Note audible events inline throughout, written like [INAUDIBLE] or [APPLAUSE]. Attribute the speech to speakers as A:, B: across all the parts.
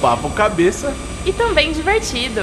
A: papo cabeça.
B: E também divertido.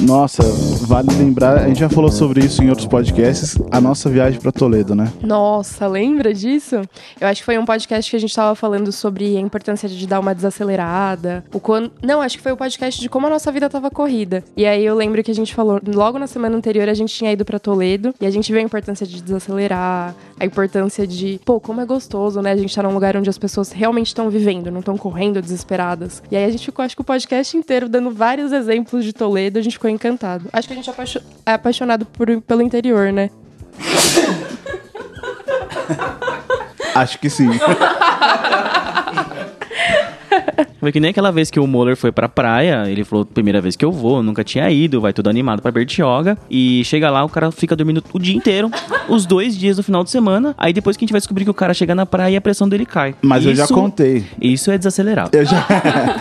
C: Nossa, vale lembrar, a gente já falou sobre isso em outros podcasts, a nossa viagem pra Toledo, né?
B: Nossa, lembra disso? Eu acho que foi um podcast que a gente tava falando sobre a importância de dar uma desacelerada. O quando... Não, acho que foi o podcast de como a nossa vida tava corrida. E aí eu lembro que a gente falou, logo na semana anterior a gente tinha ido pra Toledo e a gente viu a importância de desacelerar, a importância de, pô, como é gostoso, né? A gente tá num lugar onde as pessoas realmente estão vivendo, não estão correndo desesperadas. E aí a gente ficou, acho que o podcast inteiro dando vários exemplos de Toledo, a gente ficou encantado. Acho que a gente é apaixo- é apaixonado por- pelo interior, né?
C: Acho que sim.
D: Foi que nem aquela vez que o Moller foi pra praia, ele falou, primeira vez que eu vou, eu nunca tinha ido, vai todo animado pra Bertioga. E chega lá, o cara fica dormindo o dia inteiro, os dois dias do final de semana. Aí depois que a gente vai descobrir que o cara chega na praia e a pressão dele cai.
C: Mas eu já
D: Isso-
C: contei.
D: Isso é desacelerado.
C: Eu já,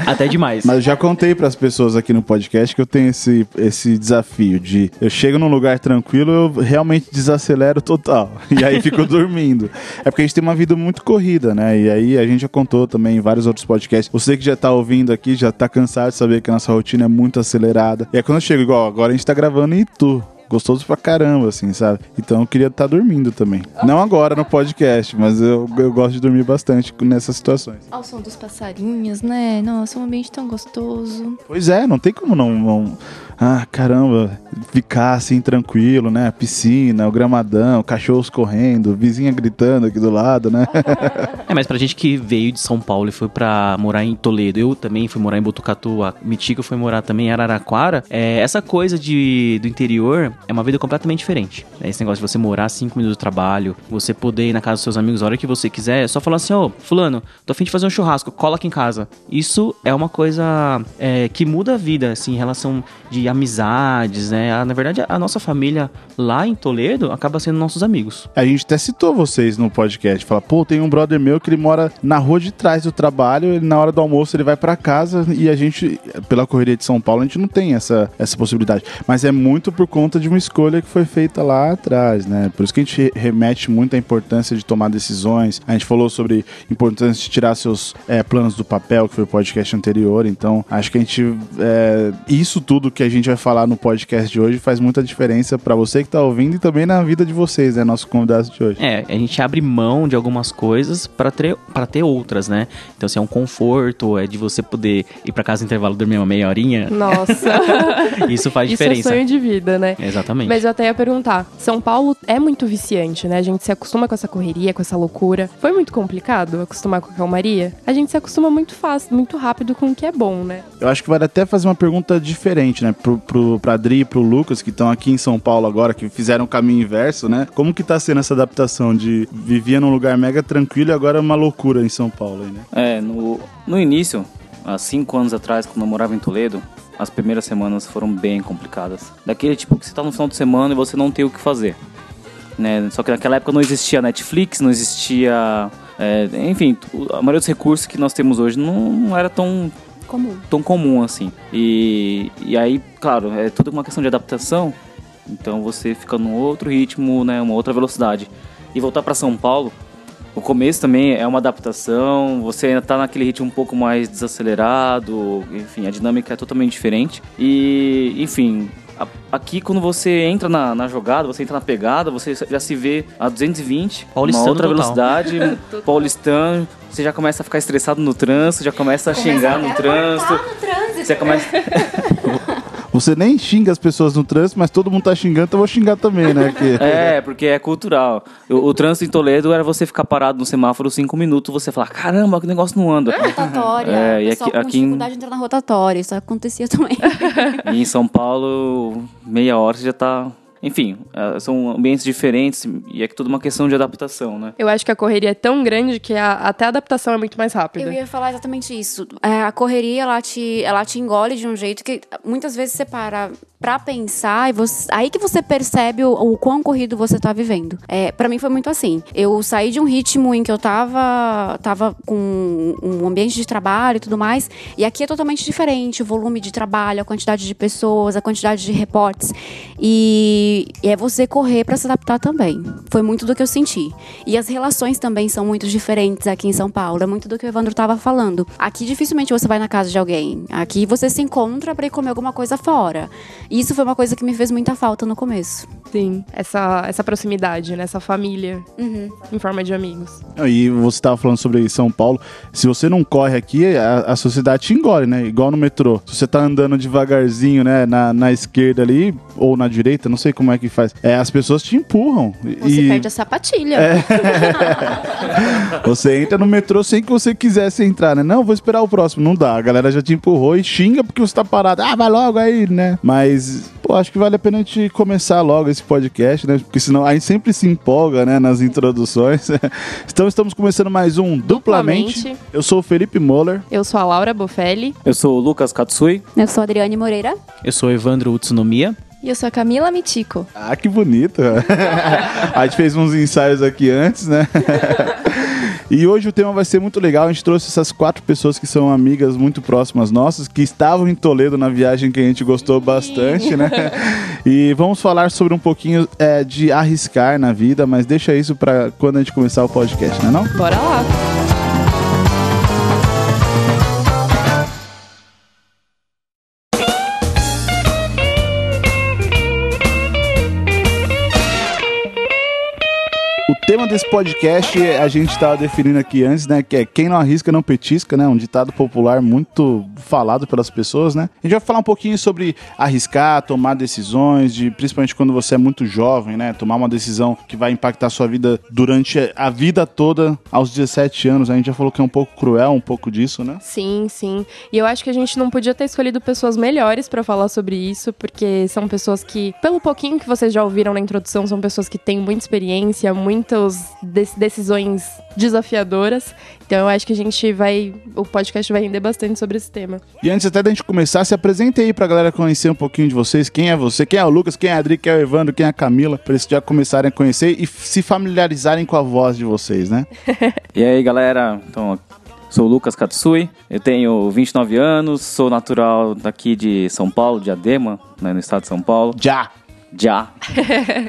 D: Até demais.
C: mas eu já contei pras pessoas aqui no podcast que eu tenho esse, esse desafio de eu chego num lugar tranquilo, eu realmente desacelero total. [LAUGHS] E aí fico dormindo. É porque a gente tem uma vida muito corrida, né? E aí a gente já contou também em vários outros podcasts. Você que já tá ouvindo aqui, já tá cansado de saber que a nossa rotina é muito acelerada. E é quando eu chego, igual agora a gente tá gravando em Itu. Gostoso pra caramba, assim, sabe? Então eu queria estar dormindo também. Não agora no podcast, mas eu, eu gosto de dormir bastante nessas situações.
E: Ao som dos passarinhos, né? Nossa, um ambiente tão gostoso.
C: Pois é, não tem como não, não- Ah, caramba, ficar assim tranquilo, né? A piscina, o gramadão, cachorros correndo, vizinha gritando aqui do lado, né?
D: É, mas pra gente que veio de São Paulo e foi pra morar em Toledo, eu também fui morar em Botucatu, a Mitico foi morar também em Araraquara, é, essa coisa de, do interior é uma vida completamente diferente. É esse negócio de você morar cinco minutos do trabalho, você poder ir na casa dos seus amigos a hora que você quiser, é só falar assim, ô, fulano, tô a fim de fazer um churrasco, cola aqui em casa. Isso é uma coisa é, que muda a vida, assim, em relação de amizades, né? Ah, na verdade, a nossa família lá em Toledo acaba sendo nossos amigos.
C: A gente até citou vocês no podcast, fala, pô, tem um brother meu que ele mora na rua de trás do trabalho, ele, na hora do almoço ele vai pra casa e a gente, pela correria de São Paulo, a gente não tem essa, essa possibilidade. Mas é muito por conta de uma escolha que foi feita lá atrás, né? Por isso que a gente remete muito à importância de tomar decisões. A gente falou sobre importância de tirar seus eh, planos do papel, que foi o podcast anterior, então acho que a gente é, isso tudo que a gente vai falar no podcast de hoje faz muita diferença pra você que tá ouvindo e também na vida de vocês, né? Nosso convidado de hoje.
D: É, a gente abre mão de algumas coisas para ter, pra ter outras, né? Então, assim, é um conforto, é de você poder ir pra casa no intervalo dormir uma
B: [LAUGHS]
D: meia horinha.
B: Nossa.
D: Isso faz
B: Isso é
D: diferença.
B: sonho de vida, né?
D: Exatamente.
B: Mas eu até ia perguntar, São Paulo é muito viciante, né? A gente se acostuma com essa correria, com essa loucura. Foi muito complicado acostumar com a calmaria? A gente se acostuma muito fácil, muito rápido com o que é bom, né?
C: Eu acho que vai até fazer uma pergunta diferente, né? Pro, pro, pra Adri e pro Lucas, que estão aqui em São Paulo agora, que fizeram o caminho inverso, né? Como que tá sendo essa adaptação de vivia num lugar mega tranquilo e agora é uma loucura em São Paulo, aí, né?
F: É, no, no início, há cinco anos atrás, quando eu morava em Toledo, as primeiras semanas foram bem complicadas. Daquele tipo que você tá no final de semana e você não tem o que fazer. Né? Só que naquela época não existia Netflix, não existia. é, enfim, tu- a maioria dos recursos que nós temos hoje não, não era tão
E: Comum.
F: tão comum assim. E, e aí, claro, é tudo uma questão de adaptação. Então você fica num outro ritmo, né, uma outra velocidade. E voltar para São Paulo, o começo também é uma adaptação, você ainda tá naquele ritmo um pouco mais desacelerado, enfim, a dinâmica é totalmente diferente. E, enfim, a- aqui quando você entra na, na jogada, você entra na pegada, você já se vê a 220,
D: Paulistano
F: uma outra
D: total.
F: velocidade,
D: [LAUGHS]
F: um paulistano, você já começa a ficar estressado no trânsito, já começa a xingar no trânsito.
E: tá no trânsito.
F: Você começa.
C: Você nem xinga as pessoas no trânsito, mas todo mundo tá xingando, então eu vou xingar também, né? Que...
F: [LAUGHS] É, porque é cultural. O, o trânsito em Toledo era você ficar parado no semáforo cinco minutos, você falar, caramba, que negócio não anda.
E: é Rotatória.
F: É, e
E: Pessoal
F: aqui-
E: com
F: aqui em-
E: dificuldade de entrar na rotatória. Isso acontecia [LAUGHS] também.
F: E em São Paulo, meia hora você já tá. Enfim, eh, são ambientes diferentes e é que tudo uma questão de adaptação, né?
B: Eu acho que a correria é tão grande que a- até a adaptação é muito mais
E: Eu
B: rápida.
E: ia falar exatamente isso. É, a correria, ela te, ela te engole de um jeito que muitas vezes você para
A: pra pensar, e você- aí que você percebe o, o quão corrido você tá vivendo. É, para mim foi muito assim. Eu saí de um ritmo em que eu tava, tava com um ambiente de trabalho e tudo mais, e aqui é totalmente diferente o volume de trabalho, a quantidade de pessoas, a quantidade de reportes. E, e é você correr pra se adaptar também. Foi muito do que eu senti. E as relações também são muito diferentes aqui em São Paulo. É muito do que o Evandro tava falando. Aqui dificilmente você vai na casa de alguém. Aqui você se encontra pra ir comer alguma coisa fora. E isso foi uma coisa que me fez muita falta no começo.
B: Sim, essa, essa proximidade, né? Essa família
E: Uhum.
B: em forma de amigos.
C: E você estava falando sobre São Paulo. Se você não corre aqui, a, a sociedade te engole, né? Igual no metrô. Se você tá andando devagarzinho, né? Na, na esquerda ali, ou na direita, não sei como é que faz. É, as pessoas te empurram.
E: Você
C: e
E: perde a sapatilha.
C: você entra no metrô sem que você quisesse entrar, né? Não, vou esperar o próximo. Não dá. A galera já te empurrou e xinga porque você tá parado. Ah, vai logo aí, né? Mas, pô, acho que vale a pena a gente começar logo esse podcast, né? Porque senão a gente sempre se empolga, né? Nas introduções. [LAUGHS] então estamos começando mais um Duplamente.
B: Duplamente.
C: Eu sou o Felipe Moller.
B: Eu sou a Laura Bofelli.
F: Eu sou o Lucas Katsui.
A: Eu sou a Adriane Moreira.
D: Eu sou Evandro Utsunomiya.
E: E eu sou a Camila Mitico.
C: Ah, que bonito. [LAUGHS] a gente fez uns ensaios aqui antes, né? [LAUGHS] E hoje o tema vai ser muito legal. A gente trouxe essas quatro pessoas que são amigas muito próximas nossas, que estavam em Toledo na viagem que a gente gostou bastante, né? E vamos falar sobre um pouquinho eh, de arriscar na vida, mas deixa isso pra quando a gente começar o podcast, né? Não?
B: Bora lá.
C: O tema desse podcast é- a gente estava definindo aqui antes, né? Que é quem não arrisca não petisca, né? Um ditado popular muito falado pelas pessoas, né? A gente vai falar um pouquinho sobre arriscar, tomar decisões, de principalmente quando você é muito jovem, né? Tomar uma decisão que vai impactar a sua vida durante a vida toda, aos 17 anos. A gente já falou que é um pouco cruel, um pouco disso, né?
B: Sim, sim. E eu acho que a gente não podia ter escolhido pessoas melhores pra falar sobre isso, porque são pessoas que, pelo pouquinho que vocês já ouviram na introdução, são pessoas que têm muita experiência, muitas de- decisões desafiadoras. Então eu acho que a gente vai. O podcast vai render bastante sobre esse tema.
C: E antes até da gente começar, se apresente aí pra galera conhecer um pouquinho de vocês. Quem é você? Quem é o Lucas? Quem é a Adri? Quem é o Evandro? Quem é a Camila? Pra eles já começarem a conhecer e f- se familiarizarem com a voz de vocês, né?
F: E aí, galera? Então, sou o Lucas Katsui. Eu tenho 29 anos, sou natural daqui de São Paulo, de Adema, né, no estado de São Paulo.
C: Já!
B: [LAUGHS]
F: Já.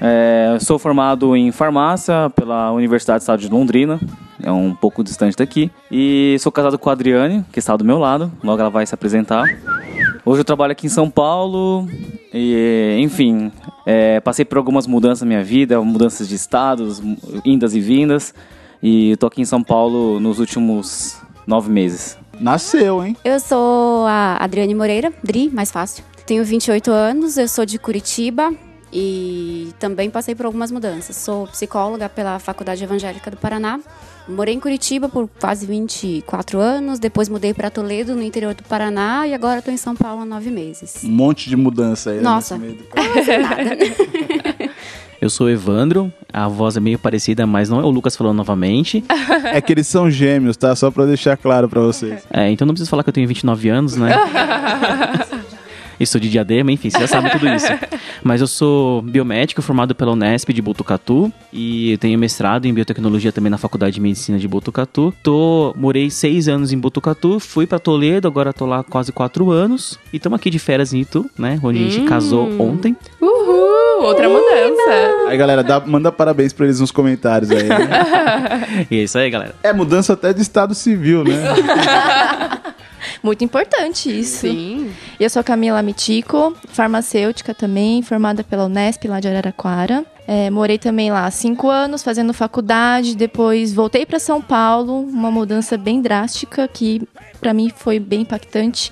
F: É, sou formado em farmácia pela Universidade do Estado de Londrina. É um pouco distante daqui. E sou casado com a Adriane, que está do meu lado. Logo ela vai se apresentar. Hoje eu trabalho aqui em São Paulo. E, enfim, é, passei por algumas mudanças na minha vida, mudanças de estados, mu- indas e vindas. E tô aqui em São Paulo nos últimos nove meses.
C: Nasceu, hein?
A: Eu sou a Adriane Moreira, Dri, mais fácil. Tenho 28 anos, eu sou de Curitiba e também passei por algumas mudanças. Sou psicóloga pela Faculdade Evangélica do Paraná. Morei em Curitiba por quase 24 anos, depois mudei para Toledo, no interior do Paraná, e agora estou em São Paulo há nove meses.
C: Um monte de mudança aí. né,
A: Nossa.
C: nesse meio do-
D: Eu sou o Evandro. A voz é meio parecida, mas não é o Lucas falando novamente.
C: É que eles são gêmeos, tá? Só pra deixar claro pra vocês.
D: É, então não preciso falar que eu tenho 29 anos, né? Estou de diadema, enfim, vocês já sabem tudo isso. Mas eu sou biomédico formado pela Unesp de Botucatu e eu tenho mestrado em biotecnologia também na Faculdade de Medicina de Botucatu. Tô, morei seis anos em Botucatu, fui pra Toledo, agora tô lá quase quatro anos e estamos aqui de férias em Itu, né? Onde a gente casou ontem.
B: Uhul! Uh, Outra mudança!
C: Aí, galera, dá- manda parabéns pra eles nos comentários aí. né?
D: E é isso aí, galera.
C: É mudança até de estado civil, né?
E: Muito importante isso.
B: Sim.
E: E eu sou a Camila Mitico, farmacêutica também, formada pela Unesp lá de Araraquara. É, morei também lá há cinco anos, fazendo faculdade. Depois voltei para São Paulo, uma mudança bem drástica que para mim foi bem impactante.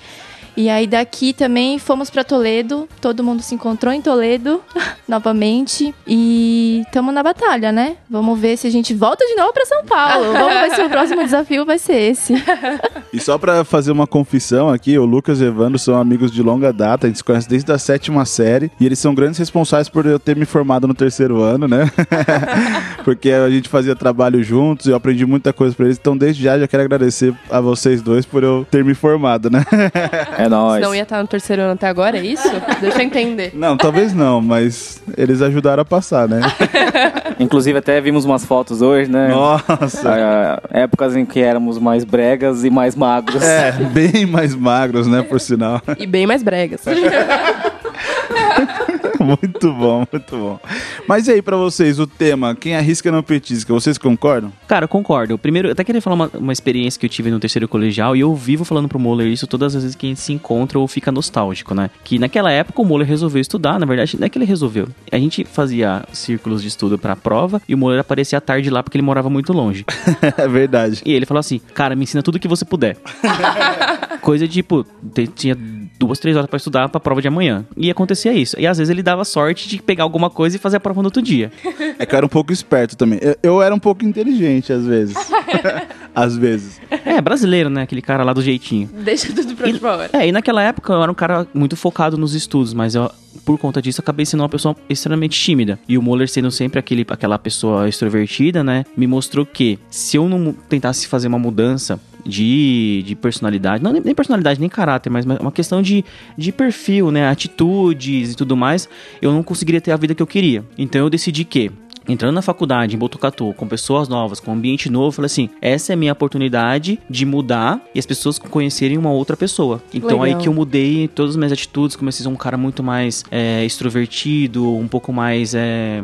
E: E aí daqui também fomos para Toledo, todo mundo se encontrou em Toledo [LAUGHS] novamente e estamos na batalha, né? Vamos ver se a gente volta de novo para São Paulo. Vamos ver se o próximo desafio vai ser esse.
C: E só pra fazer uma confissão aqui, o Lucas e o Evandro são amigos de longa data, a gente se conhece desde a sétima série, e eles são grandes responsáveis por eu ter me formado no terceiro ano, né? [LAUGHS] Porque a gente fazia trabalho juntos, eu aprendi muita coisa pra eles, então desde já já quero agradecer a vocês dois por eu ter me formado, né? [LAUGHS]
F: É É nóis.
B: Ah, Senão ia estar no terceiro ano até agora, é [LAUGHS] isso? Deixa eu entender.
C: Não, talvez não, mas eles ajudaram a passar, né?
F: Inclusive, até vimos umas fotos hoje, né?
C: Nossa.
F: Ah, épocas em que éramos mais bregas e mais magros.
C: É, bem mais magros, né, por sinal. [LAUGHS]
B: E bem mais bregas.
C: Muito bom, muito bom. Mas e aí, pra vocês, o tema, quem arrisca não petisca, vocês concordam? [LAUGHS]
D: Cara, eu concordo. Eu Primeiro, eu até queria falar uma, uma experiência que eu tive no terceiro colegial e eu vivo falando pro Moller isso todas as vezes que a gente se encontra ou fica nostálgico, né? Que naquela época o Moller resolveu estudar, na verdade, não é que ele resolveu. A gente fazia círculos de estudo pra prova e o Moller aparecia à tarde lá porque ele morava muito longe.
C: É verdade.
D: E ele falou assim: Cara, me ensina tudo que você puder. Coisa de, tipo, te- tinha duas, três horas pra estudar pra prova de amanhã. E acontecia isso. E às vezes ele dava sorte de pegar alguma coisa e fazer a prova no outro dia.
C: É que eu era um pouco esperto também. Eu, eu era um pouco inteligente, às vezes. às vezes.
D: É, brasileiro, né? Aquele cara lá do jeitinho.
B: [LAUGHS] Deixa tudo pra última hora.
D: É, e naquela época eu era um cara muito focado nos estudos, mas eu, por conta disso, acabei sendo uma pessoa extremamente tímida. E o Moller sendo sempre aquele, aquela pessoa extrovertida, né? Me mostrou que se eu não tentasse fazer uma mudança de, de personalidade, não, nem, nem personalidade, nem caráter, mas uma questão de, de perfil, né? Atitudes e tudo mais, eu não conseguiria ter a vida que eu queria. Então eu decidi que entrando na faculdade em Botucatu, com pessoas novas, com um ambiente novo, eu falei assim, essa é a minha oportunidade de mudar e as pessoas conhecerem uma outra pessoa. Então aí
B: Legal.
D: que eu mudei todas as minhas atitudes, comecei a ser um cara muito mais é, extrovertido, um pouco mais é,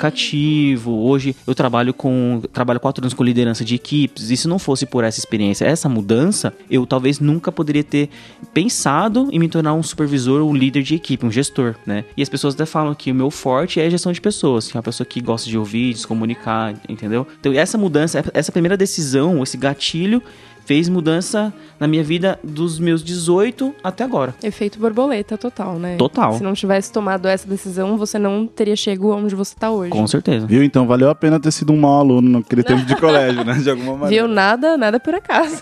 D: comunicativo. Hoje eu trabalho com trabalho quatro anos com liderança de equipes e se não fosse por essa experiência, essa mudança, eu talvez nunca poderia ter pensado em me tornar um supervisor ou um líder de equipe, um gestor, né? E as pessoas até falam que o meu forte é a gestão de pessoas, que é uma pessoa que gosta de ouvir, de se comunicar, entendeu? Então, essa mudança, essa primeira decisão, esse gatilho, fez mudança na minha vida dos meus 18 até agora.
B: Efeito borboleta total, né?
D: Total.
B: Se não tivesse tomado essa decisão, você não teria chego onde você tá hoje.
D: Com certeza.
C: Viu? Então, valeu a pena ter sido um mau aluno naquele tempo de colégio, né? De alguma maneira.
B: Viu nada, nada por acaso.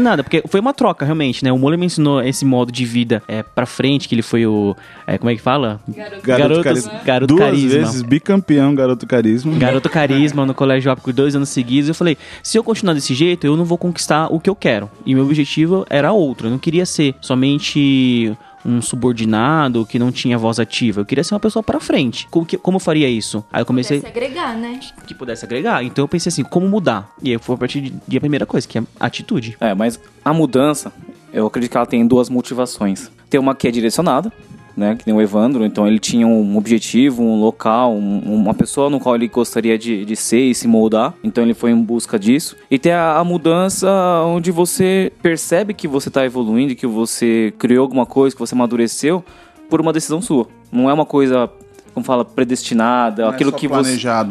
D: Nada, porque foi uma troca, realmente, né? O Moller me ensinou esse modo de vida é, pra frente, que ele foi o. é, como é que fala?
C: Garoto,
D: Garotos-
C: cari-
D: garoto
C: Duas
D: carisma.
C: vezes bicampeão garoto carisma.
D: Garoto Carisma no Colégio Ápico dois anos seguidos. Eu falei, se eu continuar desse jeito, eu não vou conquistar o que eu quero. E meu objetivo era outro. Eu não queria ser somente um subordinado que não tinha voz ativa. Eu queria ser uma pessoa pra frente. Como, que- como eu faria isso? Aí eu comecei
E: agregar, né?
D: que pudesse agregar. Então eu pensei assim, como mudar? E aí foi a partir de- de a primeira coisa, que é atitude.
F: É, mas a mudança, eu acredito que ela tem duas motivações. Tem uma que é direcionada, né? Que tem o Evandro, então ele tinha um objetivo, um local, um- uma pessoa no qual ele gostaria de, de ser e se moldar. Então ele foi em busca disso. E tem a, a mudança onde você percebe que você está evoluindo, que você criou alguma coisa, que você amadureceu por uma decisão sua. Não é uma coisa, como fala, predestinada,
C: Não é
F: aquilo
C: só
F: que
C: planejado,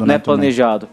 F: você.
C: né,
F: Não é
C: também.
F: planejado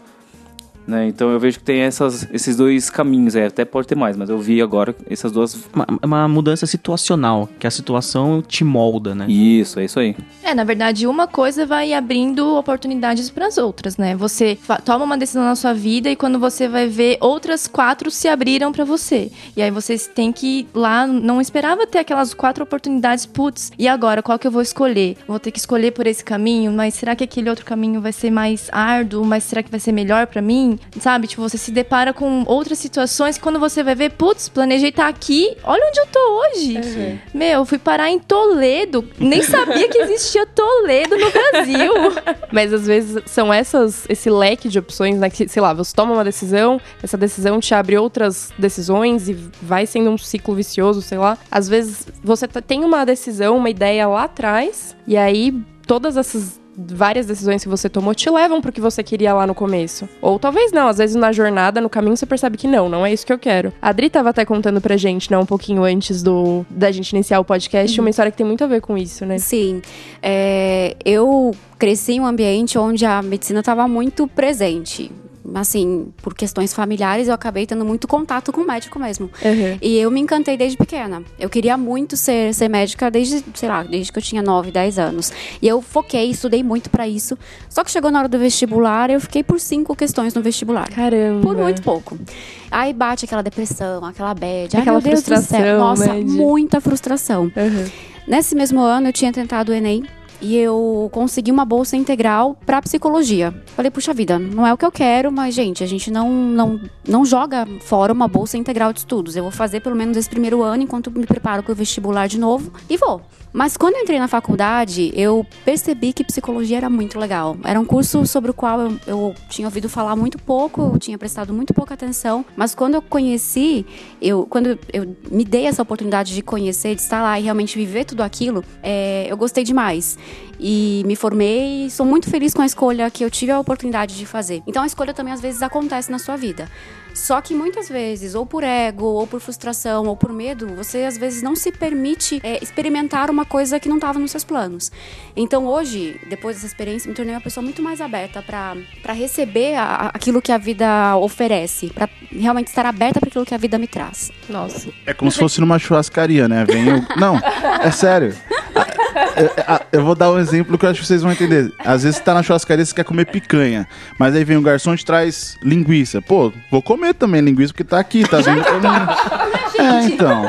F: né? Então eu vejo que tem essas, esses dois caminhos, é, até pode ter mais, mas eu vi agora essas duas.
D: Uma, uma mudança situacional, que a situação te molda, né?
F: Isso, é isso aí.
E: É, na verdade, uma coisa vai abrindo oportunidades para as outras, né? Você fa- toma uma decisão na sua vida e quando você vai ver, outras quatro se abriram para você. E aí você tem que ir lá, não esperava ter aquelas quatro oportunidades, putz, e agora, qual que eu vou escolher? Vou ter que escolher por esse caminho, mas será que aquele outro caminho vai ser mais árduo? Mas será que vai ser melhor para mim? Sabe? Tipo, você se depara com outras situações que quando você vai ver, putz, planejei estar aqui, olha onde eu tô hoje.
B: Uhum.
E: Meu, eu fui parar em Toledo. Nem sabia que existia Toledo no Brasil.
B: Mas às vezes são essas, esse leque de opções, né? Que, sei lá, você toma uma decisão, essa decisão te abre outras decisões e vai sendo um ciclo vicioso, sei lá. Às vezes você tá- tem uma decisão, uma ideia lá atrás, e aí todas essas várias decisões que você tomou te levam pro que você queria lá no começo. Ou talvez não, às vezes na jornada, no caminho você percebe que não, não é isso que eu quero. A Adri tava até contando pra gente, né, um pouquinho antes do da gente iniciar o podcast, uma história que tem muito a ver com isso, né?
A: Sim. É, eu cresci em um ambiente onde a medicina estava muito presente. Assim, por questões familiares, eu acabei tendo muito contato com o médico mesmo.
B: Uhum.
A: E eu me encantei desde pequena. Eu queria muito ser, ser médica desde, sei lá, desde que eu tinha 9, 10 anos. E eu foquei, estudei muito pra isso. Só que chegou na hora do vestibular, eu fiquei por cinco questões no vestibular.
B: Caramba.
A: Por muito pouco. Aí bate aquela depressão, aquela bad,
B: Aquela
A: aquela meu Deus do
B: frustração,
A: céu. Nossa,
B: né, de-
A: muita frustração.
B: Uhum.
A: Nesse mesmo ano, eu tinha tentado o Enem. E eu consegui uma bolsa integral pra psicologia. Falei, puxa vida, não é o que eu quero, mas, gente, a gente não, não, não joga fora uma bolsa integral de estudos. Eu vou fazer pelo menos esse primeiro ano enquanto me preparo para o vestibular de novo e vou. Mas quando eu entrei na faculdade, eu percebi que psicologia era muito legal. Era um curso sobre o qual eu, eu tinha ouvido falar muito pouco, eu tinha prestado muito pouca atenção, mas quando eu conheci, eu, quando eu me dei essa oportunidade de conhecer, de estar lá e realmente viver tudo aquilo, é, eu gostei demais. E me formei e sou muito feliz com a escolha que eu tive a oportunidade de fazer. Então a escolha também às vezes acontece na sua vida. Só que muitas vezes, ou por ego, ou por frustração, ou por medo, você às vezes não se permite é, experimentar uma coisa que não estava nos seus planos. Então hoje, depois dessa experiência, me tornei uma pessoa muito mais aberta para receber a- aquilo que a vida oferece, para realmente estar aberta para aquilo que a vida me traz.
B: Nossa.
C: É como se fosse numa churrascaria, né? Vem o... Não, é sério. A- a- a- Eu vou dar um exemplo que eu acho que vocês vão entender. Às vezes você tá na churrascaria e você quer comer picanha. Mas aí vem o garçom e te traz linguiça. Pô, vou comer também linguiça porque tá aqui, tá vendo? É, então.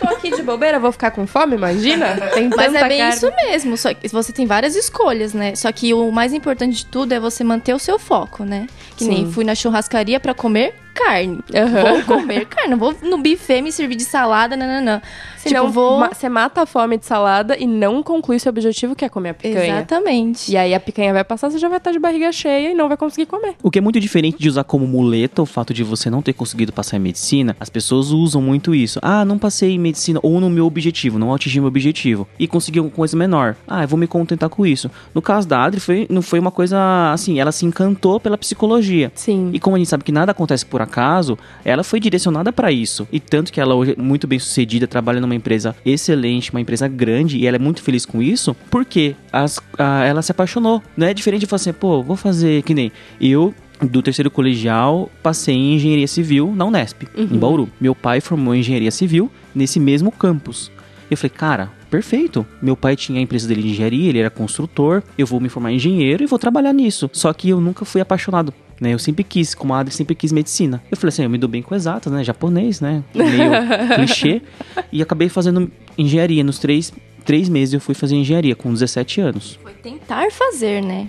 B: Tô aqui de bobeira, vou ficar com fome, imagina? Tem [LAUGHS] tanta
E: Mas é bem
B: carne.
E: isso mesmo, só que você tem várias escolhas, né? Só que o mais importante de tudo é você manter o seu foco, né? Que nem fui na churrascaria pra comer carne. Vou comer carne, não vou no buffet me servir de salada, nananã.
B: Senão,
E: tipo, vou...
B: ma- você mata a fome de salada e não conclui seu objetivo, que é comer a picanha.
E: Exatamente.
B: E aí a picanha vai passar, você já vai estar de barriga cheia e não vai conseguir comer.
D: O que é muito diferente de usar como muleta o fato de você não ter conseguido passar em medicina, as pessoas usam muito isso. Ah, não passei em medicina ou no meu objetivo, não atingi meu objetivo e consegui alguma coisa menor. Ah, eu vou me contentar com isso. No caso da Adri, foi, não foi uma coisa assim, ela se encantou pela psicologia.
B: Sim.
D: E como a gente sabe que nada acontece por acaso, ela foi direcionada pra isso. E tanto que ela hoje é muito bem sucedida, trabalha numa empresa excelente, uma empresa grande, e ela é muito feliz com isso, porque as- a- ela se apaixonou. Não é diferente de falar assim, pô, vou fazer que nem eu. Do terceiro colegial, passei em engenharia civil na Unesp, em Bauru. Meu pai formou em engenharia civil nesse mesmo campus. Eu falei, cara, perfeito. Meu pai tinha a empresa dele de engenharia, ele era construtor. Eu vou me formar em engenheiro e vou trabalhar nisso. Só que eu nunca fui apaixonado. Né, eu sempre quis, como a Adri sempre quis medicina. Eu falei assim, eu me dou bem com exatas, né? Japonês, né? Meio clichê. E acabei fazendo engenharia. Nos três, três meses eu fui fazer engenharia, com 17 anos.
E: Foi é tentar fazer, né?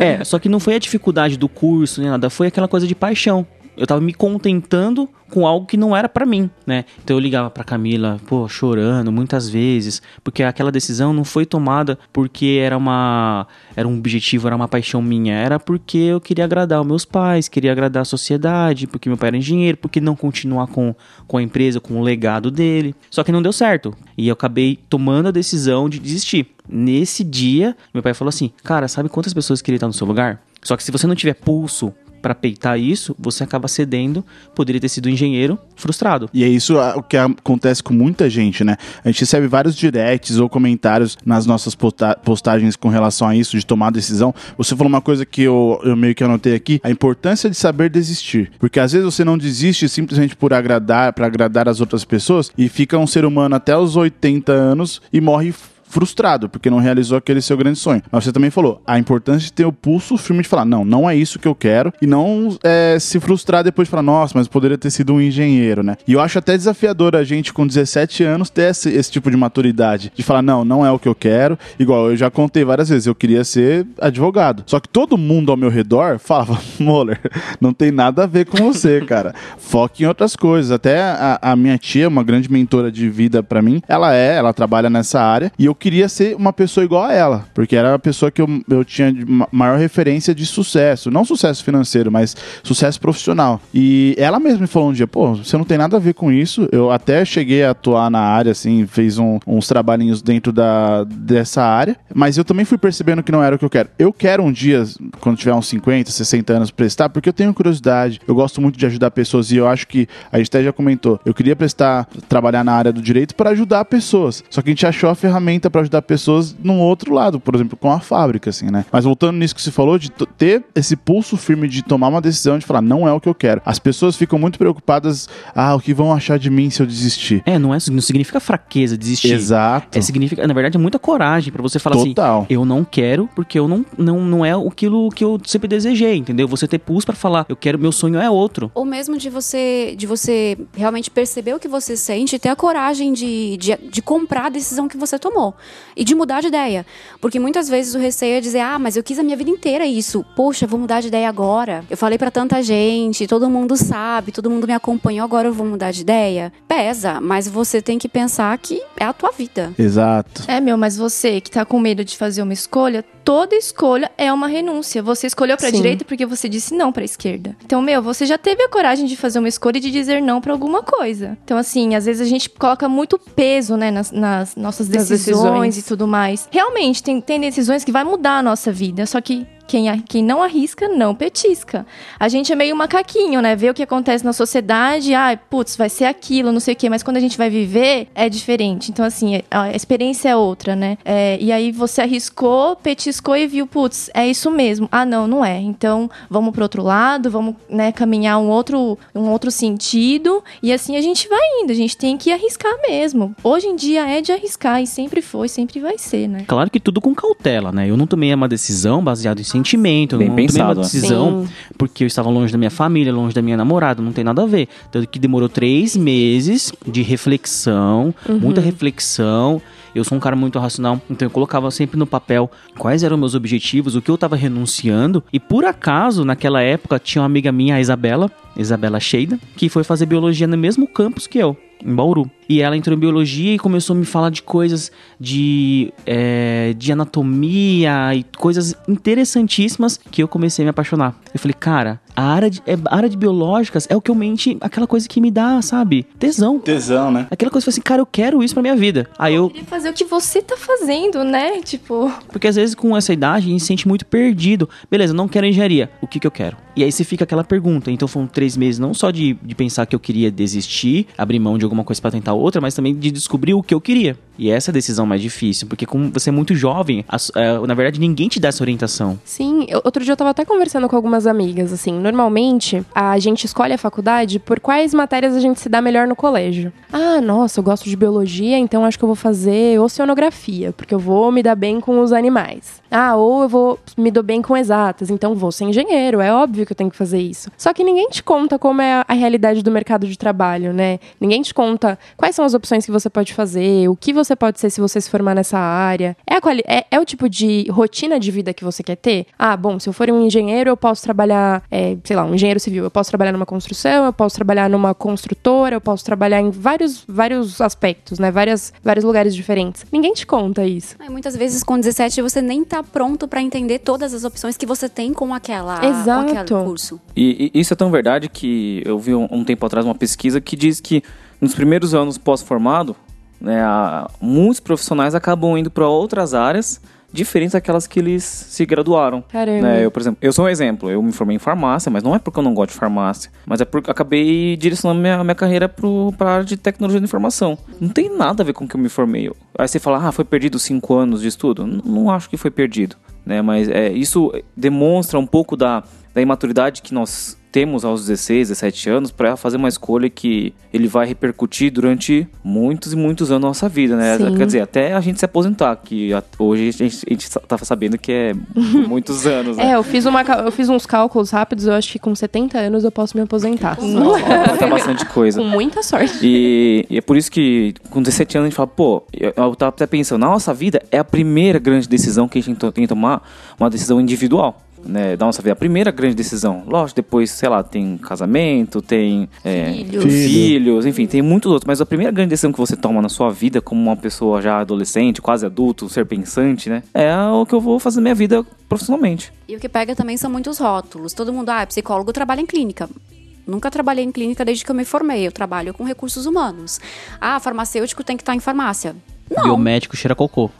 D: É, só que não foi a dificuldade do curso nem nada, foi aquela coisa de paixão. Eu tava me contentando com algo que não era pra mim, né? Então eu ligava pra Camila, pô, chorando muitas vezes, porque aquela decisão não foi tomada porque era uma era um objetivo, era uma paixão minha, era porque eu queria agradar os meus pais, queria agradar a sociedade, porque meu pai era engenheiro, porque não continuar com com a empresa, com o legado dele. Só que não deu certo. E eu acabei tomando a decisão de desistir. Nesse dia, meu pai falou assim: Cara, sabe quantas pessoas queriam estar no seu lugar? Só que se você não tiver pulso pra peitar isso, você acaba cedendo. Poderia ter sido um engenheiro frustrado.
C: E é isso ah, o que acontece com muita gente, né? A gente recebe vários directs ou comentários nas nossas posta- postagens com relação a isso, de tomar decisão. Você falou uma coisa que eu, eu meio que anotei aqui: a importância de saber desistir. Porque às vezes você não desiste simplesmente por agradar, para agradar as outras pessoas, e fica um ser humano até os 80 anos e morre frustrado porque não realizou aquele seu grande sonho. Mas você também falou a importância de ter o pulso firme de falar, não, não é isso que eu quero e não é, se frustrar depois de falar, nossa, mas poderia ter sido um engenheiro, né? E eu acho até desafiador a gente com 17 anos ter esse, esse tipo de maturidade de falar, não, não é o que eu quero. Igual eu já contei várias vezes, eu queria ser advogado. Só que todo mundo ao meu redor falava, [LAUGHS] Moller, não tem nada a ver com você, cara. Foque em outras coisas. Até a, a minha tia, uma grande mentora de vida pra mim, ela é, ela trabalha nessa área e eu queria ser uma pessoa igual a ela, porque era a pessoa que eu, eu tinha de ma- maior referência de sucesso. Não sucesso financeiro, mas sucesso profissional. E ela mesma me falou um dia: pô, você não tem nada a ver com isso. Eu até cheguei a atuar na área, assim, fez um- uns trabalhinhos dentro da, dessa área, mas eu também fui percebendo que não era o que eu quero. Eu quero um dia, quando tiver uns 50, 60 anos, prestar, porque eu tenho curiosidade, eu gosto muito de ajudar pessoas e eu acho que a gente até já comentou, eu queria prestar, trabalhar na área do direito para ajudar pessoas. Só que a gente achou a ferramenta para ajudar pessoas num outro lado, por exemplo, com a fábrica, assim, né? Mas voltando nisso que você falou, de to- ter esse pulso firme de tomar uma decisão, de falar, não é o que eu quero. As pessoas ficam muito preocupadas, ah, o que vão achar de mim se eu desistir?
D: É, não é, não significa fraqueza desistir.
C: Exato.
D: É significa, na verdade, é muita coragem pra você falar assim:
C: Total.
D: eu não quero porque eu não não, não é aquilo que eu sempre desejei, entendeu? Você ter pulso pra falar, eu quero, meu sonho é outro.
A: Ou mesmo de você, de você realmente perceber o que você sente e ter a coragem de, de, de comprar a decisão que você tomou. legal. E de mudar de ideia. Porque muitas vezes o receio é dizer, ah, mas eu quis a minha vida inteira isso. Poxa, eu vou mudar de ideia agora. Eu falei pra tanta gente, todo mundo sabe, todo mundo me acompanhou, agora eu vou mudar de ideia. Pesa, mas você tem que pensar que é a tua vida.
C: Exato.
E: É, meu, mas você que tá com medo de fazer uma escolha, toda escolha é uma renúncia. Você escolheu pra
B: Sim.
E: direita porque você disse não pra esquerda. Então, meu, você já teve a coragem de fazer uma escolha e de dizer não pra alguma coisa. Então, assim, às vezes a gente coloca muito peso, né, nas, nas nossas
B: Nas
E: decisões,
B: decisões.
E: e tudo mais. Realmente, tem, tem decisões que vai mudar a nossa vida, só que. Quem, a- quem não arrisca, não petisca. A gente é meio macaquinho, né? Vê o que acontece na sociedade, ah, putz, vai ser aquilo, não sei o quê, mas quando a gente vai viver, é diferente. Então, assim, é- a experiência é outra, né? É, e aí você arriscou, petiscou e viu, putz, é isso mesmo. Ah, não, não é. Então, vamos pro outro lado, vamos, né, caminhar um outro, um outro sentido. E assim a gente vai indo, a gente tem que arriscar mesmo. Hoje em dia é de arriscar, e sempre foi, sempre vai ser, né?
D: Claro que tudo com cautela, né? Eu não tomei uma decisão baseada em sentimento, eu
F: Bem
D: não tomei
F: pensado,
D: uma
F: né?
D: decisão porque eu estava longe da minha família, longe da minha namorada, não tem nada a ver. Tanto que demorou três meses de reflexão, muita reflexão. Eu sou um cara muito racional, então eu colocava sempre no papel quais eram meus objetivos, o que eu estava renunciando. E por acaso, naquela época, tinha uma amiga minha, a Isabela, Isabela Sheida, que foi fazer biologia no mesmo campus que eu, em Bauru. E ela entrou em biologia e começou a me falar de coisas de, é, de anatomia e coisas interessantíssimas que eu comecei a me apaixonar. Eu falei, cara, a área de, é- a área de biológicas é o que eu mente, aquela coisa que me dá, sabe, tesão.
C: Tesão, né?
D: Aquela coisa que eu falei assim, cara, eu quero isso pra minha vida. Aí eu
E: Queria fazer o que você tá fazendo, né? [LAUGHS] Tipo.
D: porque às vezes com essa idade a gente se sente muito perdido. Beleza, eu não quero engenharia. O que, que eu quero? E aí você fica aquela pergunta. Então foram três meses não só de, de pensar que eu queria desistir, abrir mão de alguma coisa pra tentar outra, mas também de descobrir o que eu queria. E essa é a decisão mais difícil, porque como você é muito jovem, a su- é, na verdade ninguém te dá essa orientação.
B: Sim, eu- outro dia eu tava até conversando com algumas amigas, assim. Normalmente, a gente escolhe a faculdade por quais matérias a gente se dá melhor no colégio. Ah, nossa, eu gosto de biologia, então acho que eu vou fazer oceanografia, porque eu vou me dar bem com os animais. Ah, ou eu vou me dou bem com exatas, então vou ser engenheiro, é óbvio que eu tenho que fazer isso. Só que ninguém te conta como é a- a realidade do mercado de trabalho, né? Ninguém te conta quais são as opções que você pode fazer, o que você pode ser se você se formar nessa área. É, a quali- é, é o tipo de rotina de vida que você quer ter? Ah, bom, se eu for um engenheiro, eu posso trabalhar, é, sei lá, um engenheiro civil, eu posso trabalhar numa construção, eu posso trabalhar numa construtora, eu posso trabalhar em vários, vários aspectos, né? Várias, vários lugares diferentes. Ninguém te conta isso.
A: Aí, muitas vezes com 17 você nem tá pronto pra entender todas as opções que você tem com aquela com
B: Exato.
A: aquele curso.
F: E, e isso é tão verdade que eu vi um, um tempo atrás uma pesquisa que diz que nos primeiros anos pós-formado, né, a- muitos profissionais acabam indo para outras áreas diferentes daquelas que eles se graduaram.
B: Caramba.
F: Né, eu, por exemplo, eu sou um exemplo, eu me formei em farmácia, mas não é porque eu não gosto de farmácia, mas é porque eu acabei direcionando minha, minha carreira pro, pra área de tecnologia da informação. Não tem nada a ver com o que eu me formei. Aí você fala, ah, foi perdido cinco anos de estudo? N- Não, acho que foi perdido, né, mas é, isso demonstra um pouco da, da imaturidade que nós temos aos 16, 17 anos para fazer uma escolha que ele vai repercutir durante muitos e muitos anos da nossa vida, né?
B: Sim.
F: Quer dizer, até a gente se aposentar, que a- hoje a gente, a gente tá sabendo que é muitos anos, né?
B: É, eu fiz, uma, cal- eu fiz uns cálculos rápidos, eu acho que com 70 anos eu posso me aposentar. [LAUGHS]
F: Falta Tá bastante coisa.
B: Com muita sorte.
F: E, e é por isso que com 17 anos a gente fala, pô, eu, eu tava até pensando, na nossa vida é a primeira grande decisão que a gente to- tem que tomar, uma decisão individual. Né, da nossa vida, a primeira grande decisão. Lógico, depois, sei lá, tem casamento, tem é,
E: Filhos.
C: Filho.
F: filhos, enfim, tem muitos outros. Mas a primeira grande decisão que você toma na sua vida, como uma pessoa já adolescente, quase adulto, ser pensante, né? É o que eu vou fazer na minha vida profissionalmente.
A: E o que pega também são muitos rótulos. Todo mundo, ah, psicólogo trabalha em clínica. Nunca trabalhei em clínica desde que eu me formei. Eu trabalho com recursos humanos. Ah, farmacêutico tem que estar em farmácia. [LAUGHS]
D: Biomédico cheira cocô.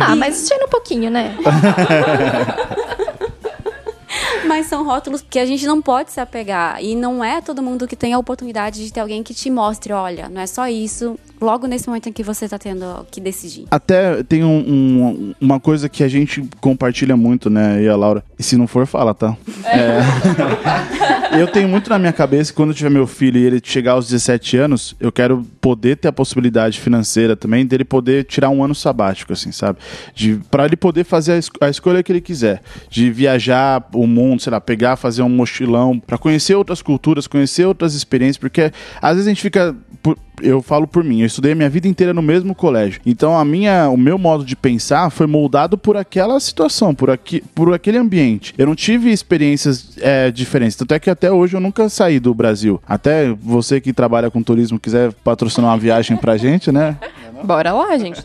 E: Ah, mas tira um pouquinho, né?
A: Mas são rótulos que a gente não pode se apegar. E não é todo mundo que tem a oportunidade de ter alguém que te mostre, olha, não é só isso. Logo nesse momento em que você tá tendo que decidir.
C: Até tem um- um- uma coisa que a gente compartilha muito, né, e a Laura. E se não for, fala, tá? É. [LAUGHS] eu tenho muito na minha cabeça que quando eu tiver meu filho e ele chegar aos 17 anos, eu quero poder ter a possibilidade financeira também dele poder tirar um ano sabático, assim, sabe? De, pra ele poder fazer a, es- a escolha que ele quiser. De viajar o mundo, sei lá, pegar, fazer um mochilão, pra conhecer outras culturas, conhecer outras experiências, porque às vezes a gente fica. por- eu falo por mim, eu estudei a minha vida inteira no mesmo colégio. Então a minha, o meu modo de pensar foi moldado por aquela situação, por, aqui, por aquele ambiente. Eu não tive experiências é, diferentes. Tanto é que até hoje eu nunca saí do Brasil. Até você que trabalha com turismo quiser patrocinar uma viagem pra gente, né?
B: Bora lá, gente.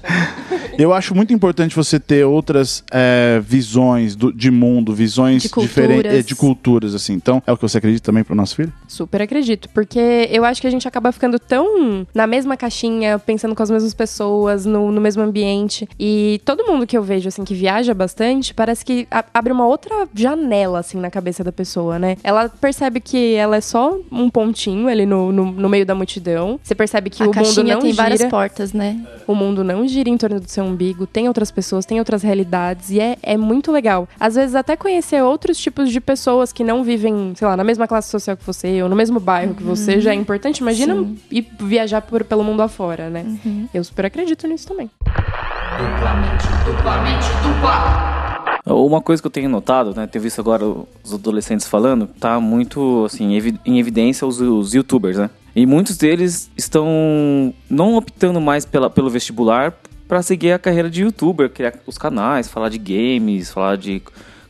C: Eu acho muito importante você ter outras é, visões do- de mundo, visões
E: De culturas.
C: diferentes, é, de culturas, assim. Então, é o que você acredita também pro nosso filho?
B: Super acredito, porque eu acho que a gente acaba ficando tão na mesma caixinha, pensando com as mesmas pessoas, no, no mesmo ambiente. E todo mundo que eu vejo, assim, que viaja bastante, parece que a- abre uma outra janela, assim, na cabeça da pessoa, né? Ela percebe que ela é só um pontinho ali no, no, no meio da multidão. Você percebe que o
E: a
B: mundo
E: caixinha
B: não
E: tem
B: gira.
E: várias portas, né?
B: O mundo não gira em torno do seu umbigo, tem outras pessoas, tem outras realidades e é, é muito legal. Às vezes, até conhecer outros tipos de pessoas que não vivem, sei lá, na mesma classe social que você ou no mesmo bairro que você já é importante. Imagina ir viajar por- pelo mundo afora, né? Eu super acredito nisso também.
F: Uma coisa que eu tenho notado, né, ter visto agora os adolescentes falando, tá muito assim evi- em evidência os, os YouTubers, né? E muitos deles estão não optando mais pela, pelo vestibular para seguir a carreira de YouTuber, criar os canais, falar de games, falar de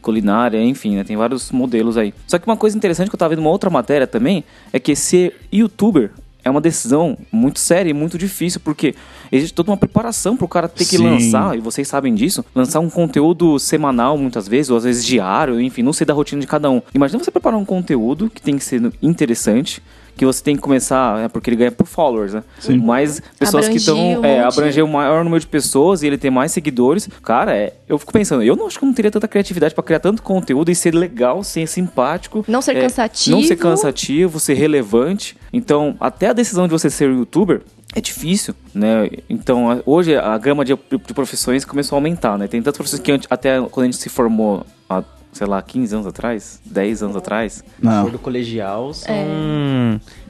F: culinária, enfim, né? Tem vários modelos aí. Só que uma coisa interessante que eu tava vendo uma outra matéria também é que ser YouTuber é uma decisão muito séria e muito difícil, porque existe toda uma preparação pro cara ter que
C: Sim.
F: lançar Ah, e vocês sabem disso, lançar um conteúdo semanal muitas vezes, ou às vezes diário, enfim, não sei da rotina de cada um. Imagina você preparar um conteúdo que tem que ser interessante, que você tem que começar, é, porque ele ganha por followers, né? Mais pessoas que estão.
E: Abrangir um
F: é,
E: monte.
F: abranger o maior número de pessoas e ele ter mais seguidores. Cara, é, eu fico pensando, eu não acho que eu não teria tanta criatividade pra criar tanto conteúdo e ser legal, ser simpático.
E: Não ser
F: é,
E: cansativo.
F: Não ser cansativo, ser relevante. Então, até a decisão de você ser youtuber é difícil, né? Então, a- hoje a gama de, de profissões começou a aumentar, né? Tem tantas profissões que antes- até quando a gente se formou há, sei lá, 15 anos atrás, 10 anos atrás,
C: Não.
D: do colegial são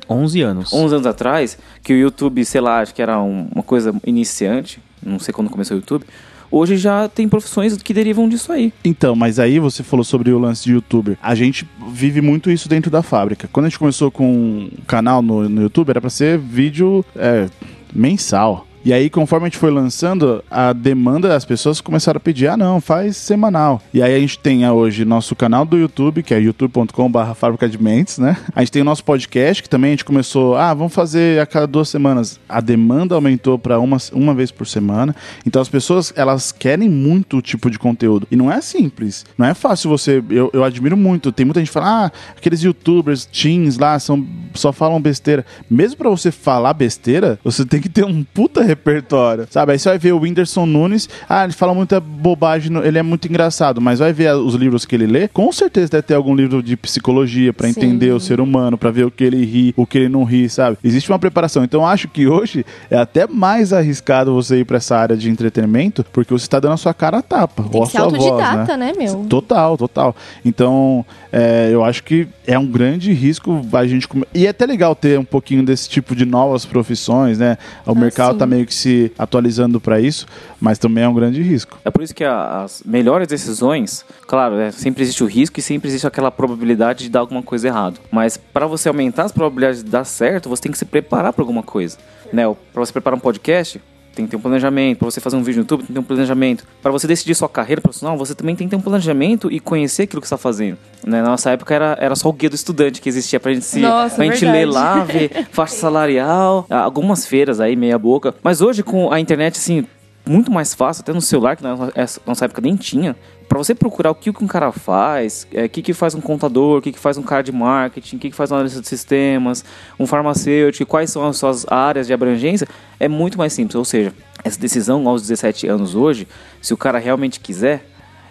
D: 11 Hum, anos.
F: 11 anos atrás, que o YouTube, sei lá, acho que era um- uma coisa iniciante, não sei quando começou o YouTube, hoje já tem profissões que derivam disso aí.
C: Então, mas aí você falou sobre o lance de youtuber. A gente vive muito isso dentro da fábrica. Quando a gente começou com um canal no, no YouTube, era pra ser vídeo é, mensal. E aí, conforme a gente foi lançando, a demanda, as pessoas começaram a pedir, ah não, faz semanal. E aí a gente tem ah, hoje nosso canal do YouTube, que é youtube.com.br fábrica de mentes, né? A gente tem o nosso podcast, que também a gente começou, ah, vamos fazer a cada duas semanas. A demanda aumentou pra uma, uma vez por semana. Então as pessoas, elas querem muito tipo de conteúdo. E não é simples. Não é fácil você. Eu, eu admiro muito. Tem muita gente que fala, ah, aqueles youtubers, teens lá, são, só falam besteira. Mesmo pra você falar besteira, você tem que ter um puta repertório. Sabe? Aí você vai ver o Whindersson Nunes, ah, ele fala muita bobagem, no- ele é muito engraçado, mas vai ver a- os livros que ele lê. Com certeza deve ter algum livro de psicologia pra
E: Sim.
C: entender o ser humano, pra ver o que ele ri, o que ele não ri, sabe? Existe uma preparação. Então eu acho que hoje é até mais arriscado você ir pra essa área de entretenimento, porque você tá dando a sua cara a tapa.
E: Tem
C: ou a
E: que ser
C: sua voz, né?
E: autodidata, né, meu?
C: Total, total. Então, é, eu acho que é um grande risco a gente. come- E é até legal ter um pouquinho desse tipo de novas profissões, né? O mercado
E: Ah, sim.
C: tá meio que se atualizando pra isso, mas também é um grande risco.
F: É por isso que a- as melhores decisões, claro, é, sempre existe o risco e sempre existe aquela probabilidade de dar alguma coisa errado. Mas para você aumentar as probabilidades de dar certo, você tem que se preparar para alguma coisa. Né? Para você preparar um podcast, tem que ter um planejamento. Para você fazer um vídeo no YouTube, tem que ter um planejamento. Para você decidir sua carreira profissional, você também tem que ter um planejamento e conhecer aquilo que você está fazendo. Né? Na nossa época era, era só o guia do estudante que existia para a gente se
B: Nossa,
F: pra gente ler
B: verdade.
F: lá lá, ver faixa salarial, a- algumas feiras aí, meia boca. Mas hoje, com a internet, assim, muito mais fácil, até no celular, que na nossa- essa- nossa época nem tinha. Pra você procurar o que que um cara faz, é, o que, que faz um contador, o que, que faz um cara de marketing, o que, que faz um analista de sistemas, um farmacêutico, quais são as suas áreas de abrangência, é muito mais simples. Ou seja, essa decisão aos 17 anos hoje, se o cara realmente quiser,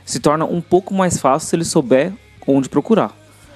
F: se torna um pouco mais fácil se ele souber onde procurar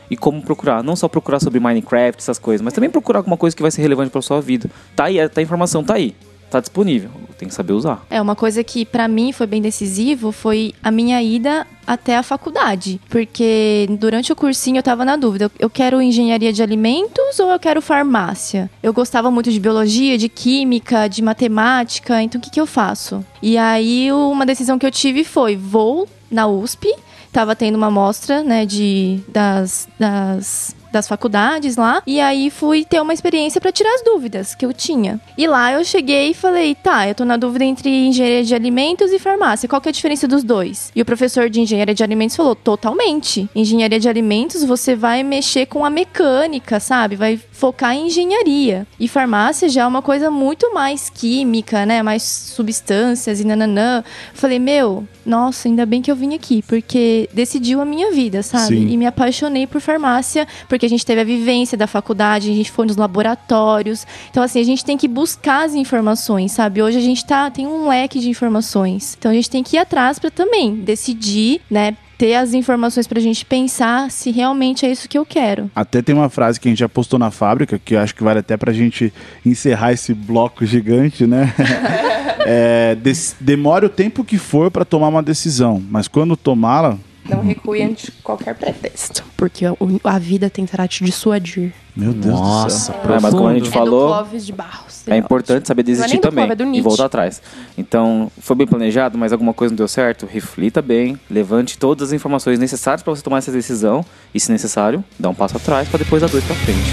F: e como procurar. Não só procurar sobre Minecraft, essas coisas, mas também procurar alguma coisa que vai ser relevante pra sua vida. Tá aí, tá a informação tá aí. Tá disponível. Tem que saber usar.
E: É, uma coisa que pra mim foi bem decisivo foi a minha ida até a faculdade. Porque durante o cursinho eu tava na dúvida, eu- eu quero engenharia de alimentos ou eu quero farmácia? Eu gostava muito de biologia, de química, de matemática, então o que, que eu faço? E aí uma decisão que eu tive foi, vou na USP, tava tendo uma amostra, né, de, das, das das faculdades lá. E aí fui ter uma experiência para tirar as dúvidas que eu tinha. E lá eu cheguei e falei: tá, eu tô na dúvida entre engenharia de alimentos e farmácia. Qual que é a diferença dos dois? E o professor de engenharia de alimentos falou: totalmente. Engenharia de alimentos você vai mexer com a mecânica, sabe? Vai focar em engenharia. E farmácia já é uma coisa muito mais química, né? Mais substâncias e nananã. Falei: meu, nossa, ainda bem que eu vim aqui, porque decidiu a minha vida, sabe?
C: Sim.
E: E me apaixonei por farmácia, porque a gente teve a vivência da faculdade, a gente foi nos laboratórios. Então, assim, a gente tem que buscar as informações, sabe? Hoje a gente tá, tem um leque de informações. Então, a gente tem que ir atrás para também decidir, né? Ter as informações pra gente pensar se realmente é isso que eu quero.
C: Até tem uma frase que a gente já postou na fábrica, que eu acho que vale até pra gente encerrar esse bloco gigante, né? [LAUGHS] É, des- demore o tempo que for pra tomar uma decisão, mas quando tomá-la,
B: Não recue ante qualquer pretexto. É, Porque o- a vida tentará te dissuadir.
C: meu Deus do céu.
D: Nossa,
F: Ah, mas como a
D: profundo.
F: gente
B: É do
F: falou,
B: Clóvis de Barros.
F: é importante saber
B: é
F: desistir
B: nem do
F: também
B: Clóvis, é do
F: e
B: Nietzsche.
F: voltar atrás. Então, foi bem planejado, mas alguma coisa não deu certo? Reflita bem, levante todas as informações necessárias para você tomar essa decisão e, se necessário, dá um passo atrás para depois dar dois para frente.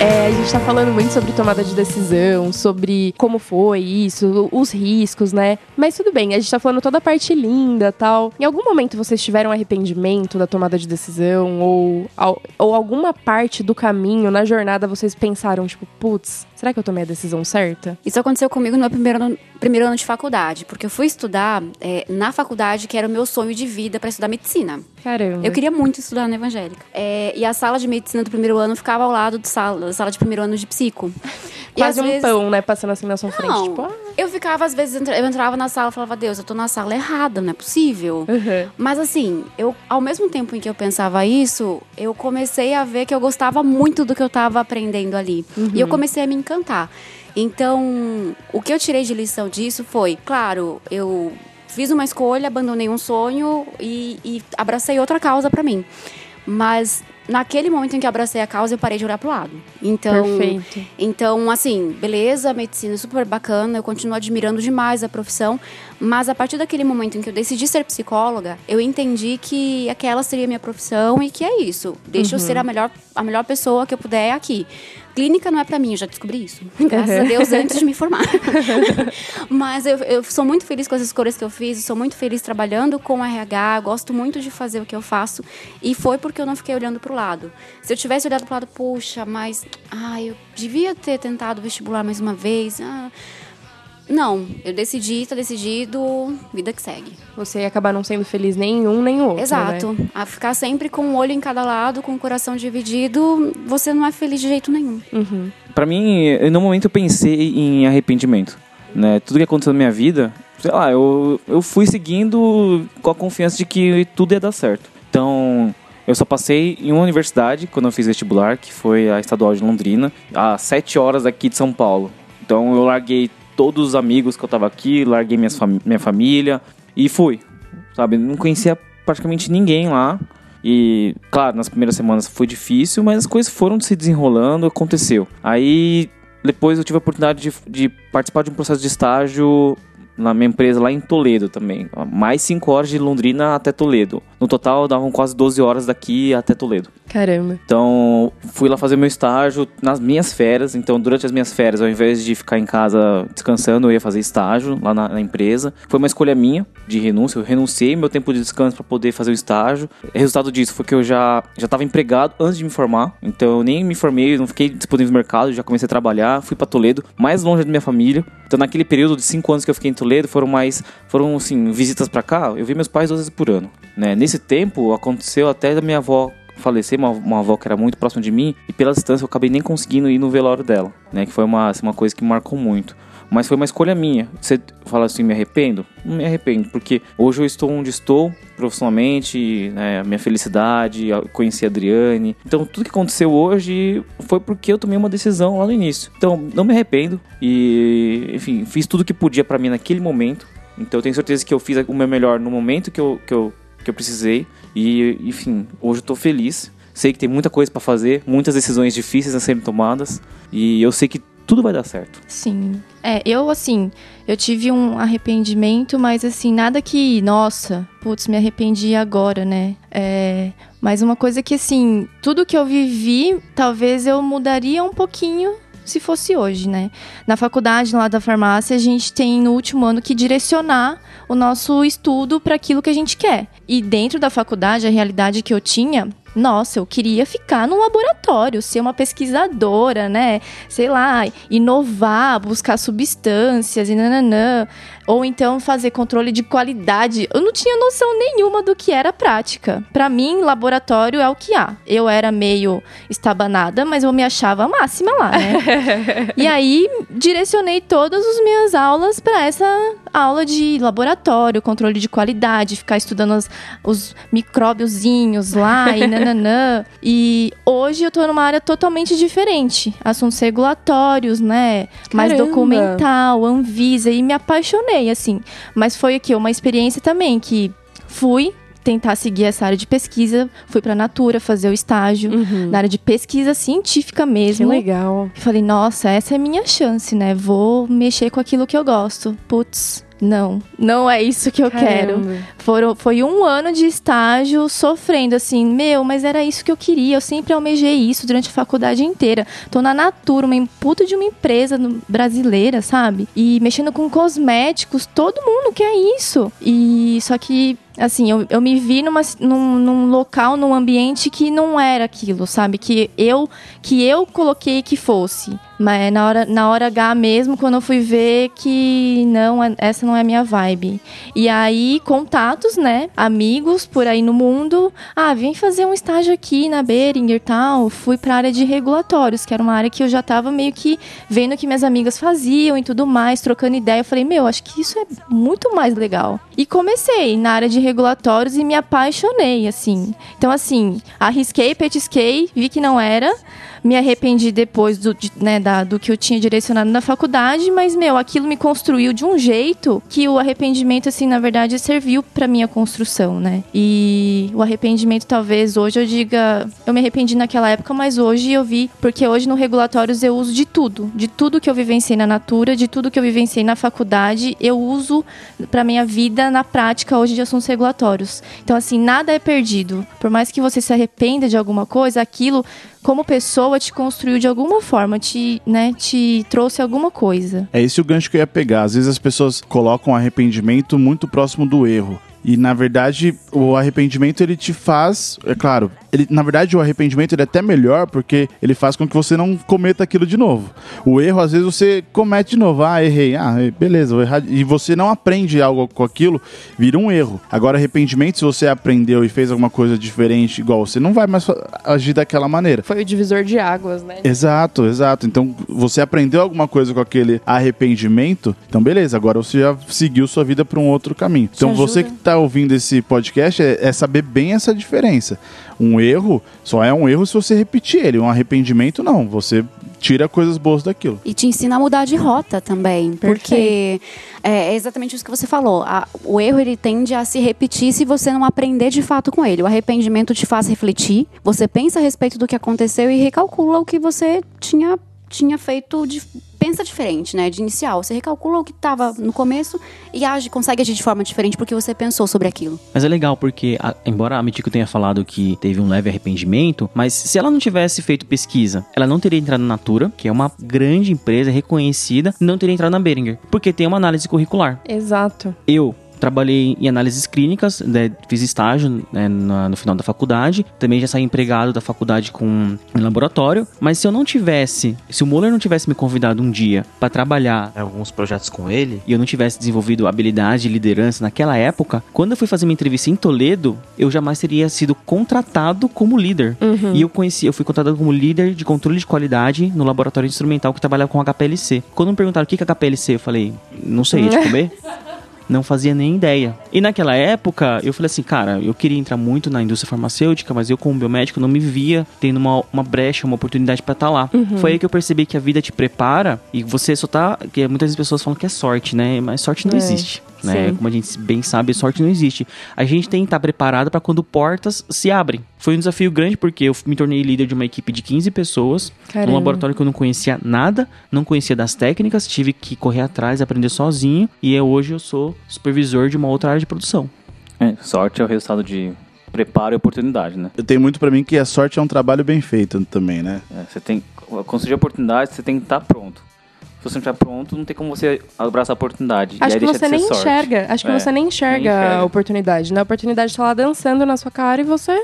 B: É, a gente tá falando muito sobre tomada de decisão, sobre como foi isso, os riscos, né? Mas tudo bem, a gente tá falando toda a parte linda tal. Em algum momento vocês tiveram arrependimento da tomada de decisão? Ou, al- ou alguma parte do caminho, na jornada, vocês pensaram, tipo, putz, será que eu tomei a decisão certa?
A: Isso aconteceu comigo no meu primeiro ano, primeiro ano de faculdade, porque eu fui estudar é, na faculdade, que era o meu sonho de vida para estudar medicina.
B: Caramba.
A: Eu queria muito estudar na evangélica. É, e a sala de medicina do primeiro ano ficava ao lado do sala- da sala de primeiro ano de psico. E às
B: Quase um
A: vezes-
B: pão, né? Passando assim na sua frente.
A: Não.
B: Tipo, ah.
A: Eu ficava, às vezes, entra- eu entrava na sala e falava, Deus, eu tô na sala errada, não é possível.
B: Uhum.
A: Mas assim, eu ao mesmo tempo em que eu pensava isso, eu comecei a ver que eu gostava muito do que eu tava aprendendo ali. E
B: Uhum.
A: eu comecei a me encantar. Então, o que eu tirei de lição disso foi, claro, eu fiz uma escolha, abandonei um sonho e, e abracei outra causa pra mim. Mas naquele momento em que eu abracei a causa, eu parei de olhar pro lado. Então,
B: Perfeito.
A: então, assim, beleza, medicina é super bacana, eu continuo admirando demais a profissão, mas a partir daquele momento em que eu decidi ser psicóloga, eu entendi que aquela seria a minha profissão e que é isso. Deixa eu ser a melhor, a melhor pessoa que eu puder aqui. Clínica não é pra mim, eu já descobri isso. [LAUGHS] Graças a Deus, antes de me formar. [LAUGHS] Mas eu, eu sou muito feliz com as escolhas que eu fiz, sou muito feliz trabalhando com RH, gosto muito de fazer o que eu faço. E foi porque eu não fiquei olhando pro lado. Se eu tivesse olhado pro lado, puxa, mas. Ah, eu devia ter tentado vestibular mais uma vez. ah. Não, eu decidi, tá decidido, vida que segue.
B: Você ia acabar não sendo feliz nem em um nem em outro. né?
A: Exato. A ficar sempre com o olho em cada lado, com o coração dividido, você não é feliz de jeito nenhum.
B: Uhum.
F: Pra mim, eu, no momento eu pensei em arrependimento, né? Tudo que aconteceu na minha vida, sei lá, eu, eu fui seguindo com a confiança de que tudo ia dar certo. Então, eu só passei em uma universidade quando eu fiz vestibular, que foi a Estadual de Londrina, a sete horas aqui de São Paulo. Então, eu larguei todos os amigos que eu tava aqui, larguei minhas fami- minha família e fui, sabe? Não conhecia praticamente ninguém lá. E, claro, nas primeiras semanas foi difícil, mas as coisas foram se desenrolando, aconteceu. Aí, depois eu tive a oportunidade de, de participar de um processo de estágio na minha empresa lá em Toledo também. Mais 5 horas de Londrina até Toledo. No total, davam quase 12 horas daqui até Toledo.
B: Caramba.
F: Então, fui lá fazer meu estágio nas minhas férias. Então, durante as minhas férias, ao invés de ficar em casa descansando, eu ia fazer estágio lá na, na empresa. Foi uma escolha minha de renúncia. Eu renunciei meu tempo de descanso para poder fazer o estágio. Resultado disso foi que eu já já estava empregado antes de me formar. Então, eu nem me formei, não fiquei disponível no mercado, já comecei a trabalhar, fui para Toledo, mais longe da minha família. Então, naquele período de cinco anos que eu fiquei em Toledo, foram mais foram assim, visitas para cá, eu vi meus pais duas vezes por ano, né? Nesse tempo aconteceu até da minha avó falecer, uma, uma avó que era muito próxima de mim, e pela distância eu acabei nem conseguindo ir no velório dela, né? Que foi uma, assim, uma coisa que me marcou muito. Mas foi uma escolha minha. Você fala assim, me arrependo? Não me arrependo, porque hoje eu estou onde estou, profissionalmente, né, a minha felicidade, eu conheci a Adriane. Então, tudo que aconteceu hoje foi porque eu tomei uma decisão lá no início. Então, não me arrependo e, enfim, fiz tudo que podia pra mim naquele momento. Então, eu tenho certeza que eu fiz o meu melhor no momento que eu, que eu, que eu precisei. E, enfim, hoje eu tô feliz. Sei que tem muita coisa pra fazer, muitas decisões difíceis a serem tomadas e eu sei que tudo vai dar certo.
E: Sim. É, eu assim, eu tive um arrependimento, mas assim, nada que, nossa, putz, me arrependi agora, né? É, mas uma coisa que assim, tudo que eu vivi, talvez eu mudaria um pouquinho se fosse hoje, né? Na faculdade lá da farmácia, a gente tem no último ano que direcionar o nosso estudo para aquilo que a gente quer. E dentro da faculdade, a realidade que eu tinha, nossa, eu queria ficar num laboratório, ser uma pesquisadora, né? Sei lá, inovar, buscar substâncias e nananã. Ou então fazer controle de qualidade. Eu não tinha noção nenhuma do que era prática. Para mim, laboratório é o que há. Eu era meio estabanada, mas eu me achava a máxima lá, né? e aí, direcionei todas as minhas aulas para essa aula de laboratório, controle de qualidade, ficar estudando as- os micróbiozinhos lá e nananã. E hoje eu tô numa área totalmente diferente. Assuntos regulatórios, né? Mais
B: Caramba.
E: documental, Anvisa. E me apaixonei, assim. Mas foi aqui uma experiência também que fui tentar seguir essa área de pesquisa. Fui pra Natura fazer o estágio. Na área de pesquisa científica
B: Uhum. Que
E: mesmo.
B: legal.
E: E falei, nossa, essa é minha chance, né? Vou mexer com aquilo que eu gosto. Putz, não, não é isso que eu quero.
B: Caramba.
E: Foram, foi um ano de estágio sofrendo, assim, meu, mas era isso que eu queria. Eu sempre almejei isso durante a faculdade inteira. Tô na Natura, uma em- puta de uma empresa no- brasileira, sabe? E mexendo com cosméticos, todo mundo quer isso. E só que. Assim, eu, eu me vi numa, num, num local, num ambiente que não era aquilo, sabe? Que eu que eu coloquei que fosse. Mas na hora, na hora H mesmo, quando eu fui ver que não, é- essa não é a minha vibe. E aí, contatos, né? Amigos por aí no mundo. Ah, vim fazer um estágio aqui na Beringer e tal. Fui pra área de regulatórios, que era uma área que eu já tava meio que vendo o que minhas amigas faziam e tudo mais, trocando ideia. Eu falei, meu, acho que isso é muito mais legal. E comecei na área de regulatórios e me apaixonei, assim. Então, assim, arrisquei, petisquei, vi que não era. Me arrependi depois do, de- né, da- do que eu tinha direcionado na faculdade, mas, meu, aquilo me construiu de um jeito que o arrependimento, assim, na verdade, serviu pra minha construção, né? E o arrependimento, talvez, hoje eu diga... Eu me arrependi naquela época, mas hoje eu vi... Porque hoje, no Regulatórios, eu uso de tudo. De tudo que eu vivenciei na Natura, de tudo que eu vivenciei na faculdade, eu uso pra minha vida na prática hoje de assuntos regulatórios. Então, assim, nada é perdido. Por mais que você se arrependa de alguma coisa, aquilo como pessoa te construiu de alguma forma, te, né, te trouxe alguma coisa.
C: É esse o gancho que eu ia pegar. Às vezes as pessoas colocam arrependimento muito próximo do erro. E na verdade, o arrependimento ele te faz, é claro, ele, na verdade o arrependimento ele é até melhor porque ele faz com que você não cometa aquilo de novo. O erro às vezes você comete de novo, ah, errei, ah, beleza, vou errar, e você não aprende algo com aquilo, vira um erro. Agora arrependimento se você aprendeu e fez alguma coisa diferente igual, você não vai mais fa- agir daquela maneira.
B: Foi o divisor de águas, né?
C: Exato, exato. Então você aprendeu alguma coisa com aquele arrependimento, então beleza, agora você já seguiu sua vida para um outro caminho. Então você que tá ouvindo esse podcast é, é saber bem essa diferença. Um erro só é um erro se você repetir ele, um arrependimento não, você tira coisas boas daquilo.
A: E te ensina a mudar de rota também, porque é é exatamente isso que você falou. A- o erro ele tende a se repetir se você não aprender de fato com ele. O arrependimento te faz refletir, você pensa a respeito do que aconteceu e recalcula o que você tinha, tinha feito de pensa diferente, né, de inicial. Você recalcula o que estava no começo e age, consegue agir de forma diferente porque você pensou sobre aquilo.
D: Mas é legal porque, a- embora a Mitiko tenha falado que teve um leve arrependimento, mas se ela não tivesse feito pesquisa, ela não teria entrado na Natura, que é uma grande empresa reconhecida, não teria entrado na Behringer, porque tem uma análise curricular.
B: Exato.
D: Eu trabalhei em análises clínicas, né, fiz estágio né, na- no final da faculdade, também já saí empregado da faculdade com em laboratório, mas se eu não tivesse, se o Muller não tivesse me convidado um dia para trabalhar
G: É, alguns projetos com ele.
D: e eu não tivesse desenvolvido habilidade e liderança naquela época, quando eu fui fazer minha entrevista em Toledo, eu jamais teria sido contratado como líder. E eu conheci, eu fui contratado como líder de controle de qualidade no laboratório instrumental que trabalhava com HPLC. Quando me perguntaram o que que é HPLC, eu falei, não sei, é de comer? Não fazia nem ideia. E naquela época, eu falei assim, cara, eu queria entrar muito na indústria farmacêutica, mas eu, como biomédico, não me via tendo uma, uma brecha, uma oportunidade pra estar lá. Foi aí que eu percebi que a vida te prepara e você só tá. Que muitas vezes as pessoas falam que é sorte, né? Mas sorte não
B: É.
D: existe. né?
A: Sim.
D: Como a gente bem sabe, sorte não existe. A gente tem que estar preparado para quando portas se abrem. Foi um desafio grande porque eu me tornei líder de uma equipe de 15 pessoas, num
B: Caramba.
D: laboratório que eu não conhecia nada, não conhecia das técnicas, tive que correr atrás, aprender sozinho e eu- hoje eu sou supervisor de uma outra área de produção.
F: É, sorte é o resultado de preparo e oportunidade, né?
C: Eu tenho muito pra mim que a sorte é um trabalho bem feito também, né?
F: É, você tem quando surgir a oportunidade, você tem que estar pronto. Se você não estiver pronto, não tem como você abraçar a oportunidade. e
B: Acho
F: aí
B: que
F: deixa
B: você
F: de ser
B: nem
F: sorte.
B: enxerga. Acho que
F: É,
B: você nem enxerga,
F: enxerga.
B: a oportunidade, né? A oportunidade tá lá dançando na sua cara e você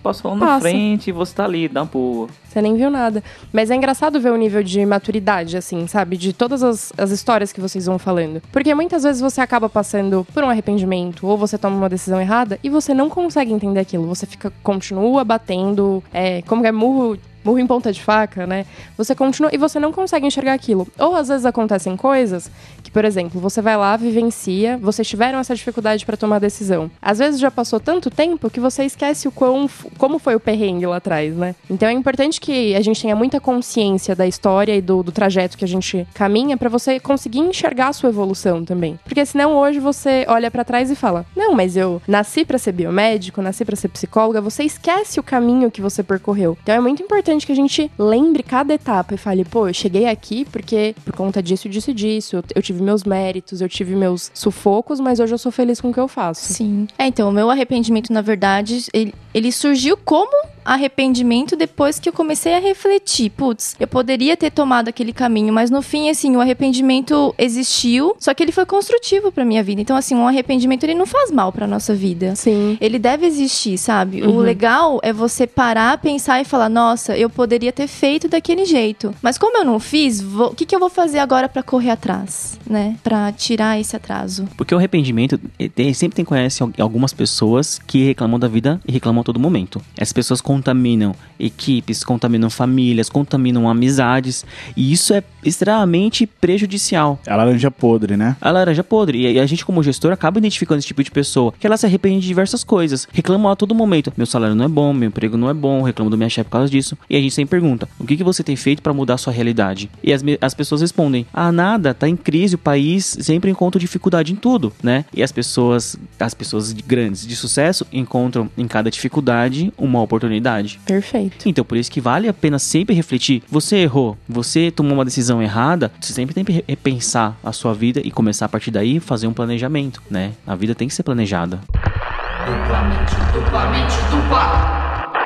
F: Passou na
B: Passa.
F: frente e você tá ali, dá uma boa.
B: Você nem viu nada. Mas é engraçado ver o nível de maturidade, assim, sabe? De todas as, as histórias que vocês vão falando. Porque muitas vezes você acaba passando por um arrependimento, ou você toma uma decisão errada e você não consegue entender aquilo. Você fica, continua batendo, é, como que é, murro. Murro em ponta de faca, né? Você continua e você não consegue enxergar aquilo. Ou às vezes acontecem coisas que, por exemplo, você vai lá, vivencia, vocês tiveram essa dificuldade pra tomar decisão. Às vezes já passou tanto tempo que você esquece o quão, f- como foi o perrengue lá atrás, né? Então é importante que a gente tenha muita consciência da história e do, do trajeto que a gente caminha pra você conseguir enxergar a sua evolução também. Porque senão hoje você olha pra trás e fala: "Não, mas eu nasci pra ser biomédico, nasci pra ser psicóloga". Você esquece o caminho que você percorreu. Então é muito importante que a gente lembre cada etapa e fale: "Pô, eu cheguei aqui porque por conta disso, disso e disso, eu, eu tive meus méritos, eu tive meus sufocos, mas hoje eu sou feliz com o que eu faço".
E: Sim. É, então, o meu arrependimento, na verdade, ele, ele surgiu como arrependimento depois que eu comecei a refletir. Putz, eu poderia ter tomado aquele caminho, mas no fim, assim, o arrependimento existiu, só que ele foi construtivo pra minha vida. Então, assim, um arrependimento, ele não faz mal pra nossa vida.
B: Sim.
E: Ele deve existir, sabe?
B: Uhum.
E: O legal é você parar, pensar e falar: nossa, eu poderia ter feito daquele jeito. Mas como eu não fiz, vou- o que, que eu vou fazer agora pra correr atrás, né? Pra tirar esse atraso?
D: Porque o arrependimento, eh, tem- sempre tem conhece al- algumas pessoas que reclamam da vida e reclamam a todo momento. Essas pessoas contaminam equipes, contaminam famílias, contaminam amizades, e isso é extremamente prejudicial.
C: É a laranja podre, né?
D: A laranja podre. E a gente, como gestor, acaba identificando esse tipo de pessoa. Que ela se arrepende de diversas coisas. Reclama a todo momento. Meu salário não é bom, meu emprego não é bom, reclamo do minha chefe por causa disso. E a gente sempre pergunta: o que, que você tem feito para mudar a sua realidade? E as, me- as pessoas respondem: ah, nada, tá em crise, o país sempre encontra dificuldade em tudo, né? E as pessoas, as pessoas de- grandes de sucesso encontram em cada dificuldade uma oportunidade.
B: Perfeito.
D: Então, por isso que vale a pena sempre refletir. Você errou, você tomou uma decisão errada, você sempre tem que re- repensar a sua vida e começar a partir daí fazer um planejamento, né? A vida tem que ser planejada.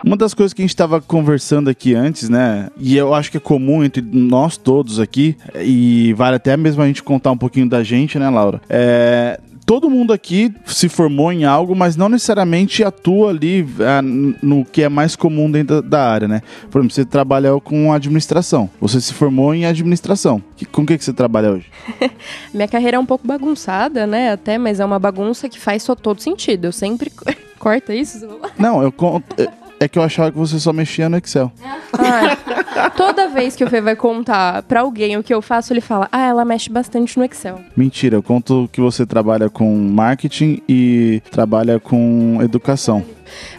C: Uma das coisas que a gente estava conversando aqui antes, né? E eu acho que é comum entre nós todos aqui, e vale até mesmo a gente contar um pouquinho da gente, né, Laura? É. Todo mundo aqui se formou em algo, mas não necessariamente atua ali ah, no que é mais comum dentro da da área, né? Por exemplo, você trabalhou com administração. Você se formou em administração. Que- Com o que, que você trabalha hoje?
B: Minha carreira é um pouco bagunçada, né? Até, mas é uma bagunça que faz só todo sentido. Eu sempre. [LAUGHS] Corta isso?
C: Não, eu conto. é- É que eu achava que você só mexia no Excel.
B: Ah, toda vez que o Fê vai contar pra alguém o que eu faço, ele fala: Ah, ela mexe bastante no Excel.
C: Mentira, eu conto que você trabalha com marketing e trabalha com educação.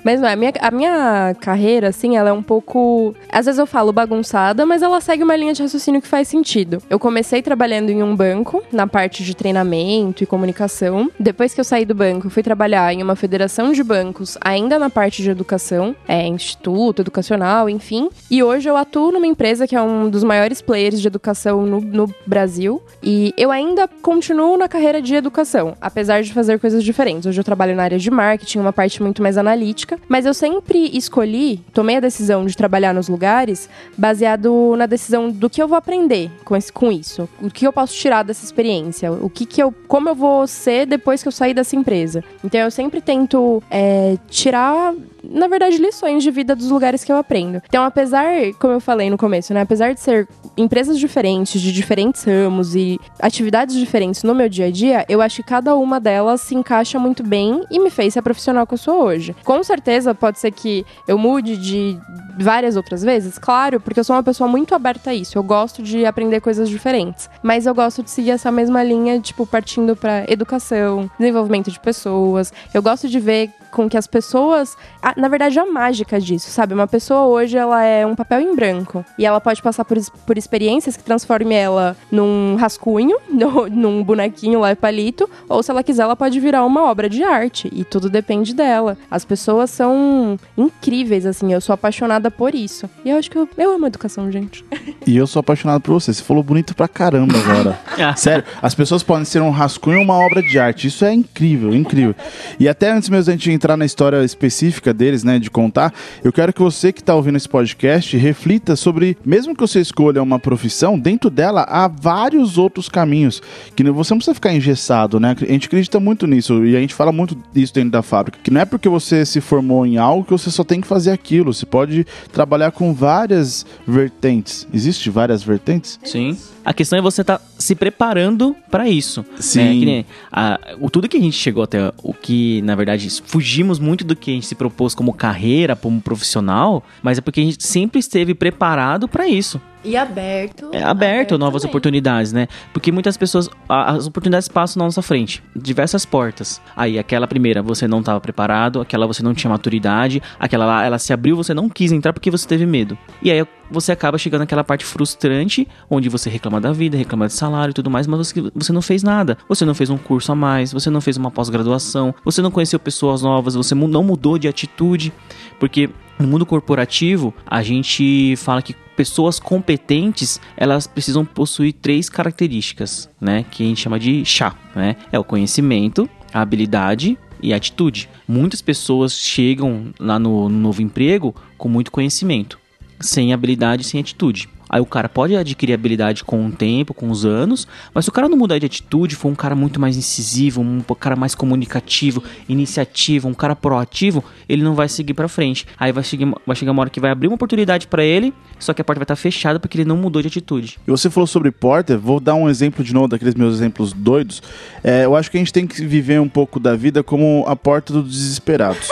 B: Mas não, é, a minha, a minha carreira, assim, ela é um pouco. Às vezes eu falo bagunçada, mas ela segue uma linha de raciocínio que faz sentido. Eu comecei trabalhando em um banco, na parte de treinamento e comunicação. Depois que eu saí do banco, eu fui trabalhar em uma federação de bancos, ainda na parte de educação, é, instituto educacional, enfim. E hoje eu atuo numa empresa que é um dos maiores players de educação no, no Brasil. E eu ainda continuo na carreira de educação, apesar de fazer coisas diferentes. Hoje eu trabalho na área de marketing, uma parte muito mais analítica, mas eu sempre escolhi, tomei a decisão de trabalhar nos lugares baseado na decisão do que eu vou aprender com, esse- com isso, o que eu posso tirar dessa experiência, o que, que eu, como eu vou ser depois que eu sair dessa empresa. Então eu sempre tento é, tirar na verdade, lições de vida dos lugares que eu aprendo. Então, apesar, como eu falei no começo, né? Apesar de ser empresas diferentes, de diferentes ramos e atividades diferentes no meu dia a dia, eu acho que cada uma delas se encaixa muito bem e me fez ser a profissional que eu sou hoje. Com certeza, pode ser que eu mude de várias outras vezes, claro, porque eu sou uma pessoa muito aberta a isso. Eu gosto de aprender coisas diferentes. Mas eu gosto de seguir essa mesma linha, tipo, partindo pra educação, desenvolvimento de pessoas. Eu gosto de ver com que as pessoas a- na verdade, a mágica disso, sabe? Uma pessoa hoje, ela é um papel em branco. E ela pode passar por, es- por experiências que transforme ela num rascunho, [LAUGHS] no- num bonequinho lá e palito, ou se ela quiser, ela pode virar uma obra de arte. E tudo depende dela. As pessoas são incríveis, assim. Eu sou apaixonada por isso. E eu acho que eu, eu amo a educação, gente. [LAUGHS]
C: E eu sou apaixonado por você. Você falou bonito pra caramba agora. Sério, as pessoas podem ser um rascunho ou uma obra de arte. Isso é incrível, incrível. E até antes mesmo da gente entrar na história específica deles, né, de contar, eu quero que você que tá ouvindo esse podcast reflita sobre, mesmo que você escolha uma profissão, dentro dela há vários outros caminhos. Que não- você não precisa ficar engessado, né? A gente acredita muito nisso e a gente fala muito isso dentro da fábrica. Que não é porque você se formou em algo que você só tem que fazer aquilo. Você pode trabalhar com várias vertentes. Existe várias vertentes?
D: [LAUGHS] Sim. A questão é você estar se preparando pra isso.
C: Sim.
D: né? Que nem, a- o tudo que a gente chegou até o que, na verdade, fugimos muito do que a gente se propôs como carreira, como profissional, mas é porque a gente sempre esteve preparado pra isso.
E: E aberto.
D: É aberto a novas
E: também.
D: oportunidades, né? Porque muitas pessoas, a- as oportunidades passam na nossa frente, diversas portas. Aí aquela primeira você não estava preparado, aquela você não tinha maturidade, aquela lá ela se abriu, você não quis entrar porque você teve medo. E aí você acaba chegando naquela parte frustrante, onde você reclama da vida, reclama de salário e tudo mais, mas você, você não fez nada. Você não fez um curso a mais, você não fez uma pós-graduação, você não conheceu pessoas novas, você mu- não mudou de atitude, porque no mundo corporativo, a gente fala que pessoas competentes, elas precisam possuir três características, né? Que a gente chama de chá, né? É o conhecimento, a habilidade e a atitude. Muitas pessoas chegam lá no, no novo emprego com muito conhecimento, sem habilidade, sem atitude. Aí o cara pode adquirir habilidade com o tempo, com os anos, mas se o cara não mudar de atitude, for um cara muito mais incisivo, um po- cara mais comunicativo, iniciativo, um cara proativo, ele não vai seguir pra frente. Aí vai chegar, vai chegar uma hora que vai abrir uma oportunidade pra ele, só que a porta vai estar fechada porque ele não mudou de atitude.
C: E você falou sobre porta, vou dar um exemplo de novo daqueles meus exemplos doidos. É, eu acho que a gente tem que viver um pouco da vida como a porta dos
E: [LAUGHS]
C: desesperados.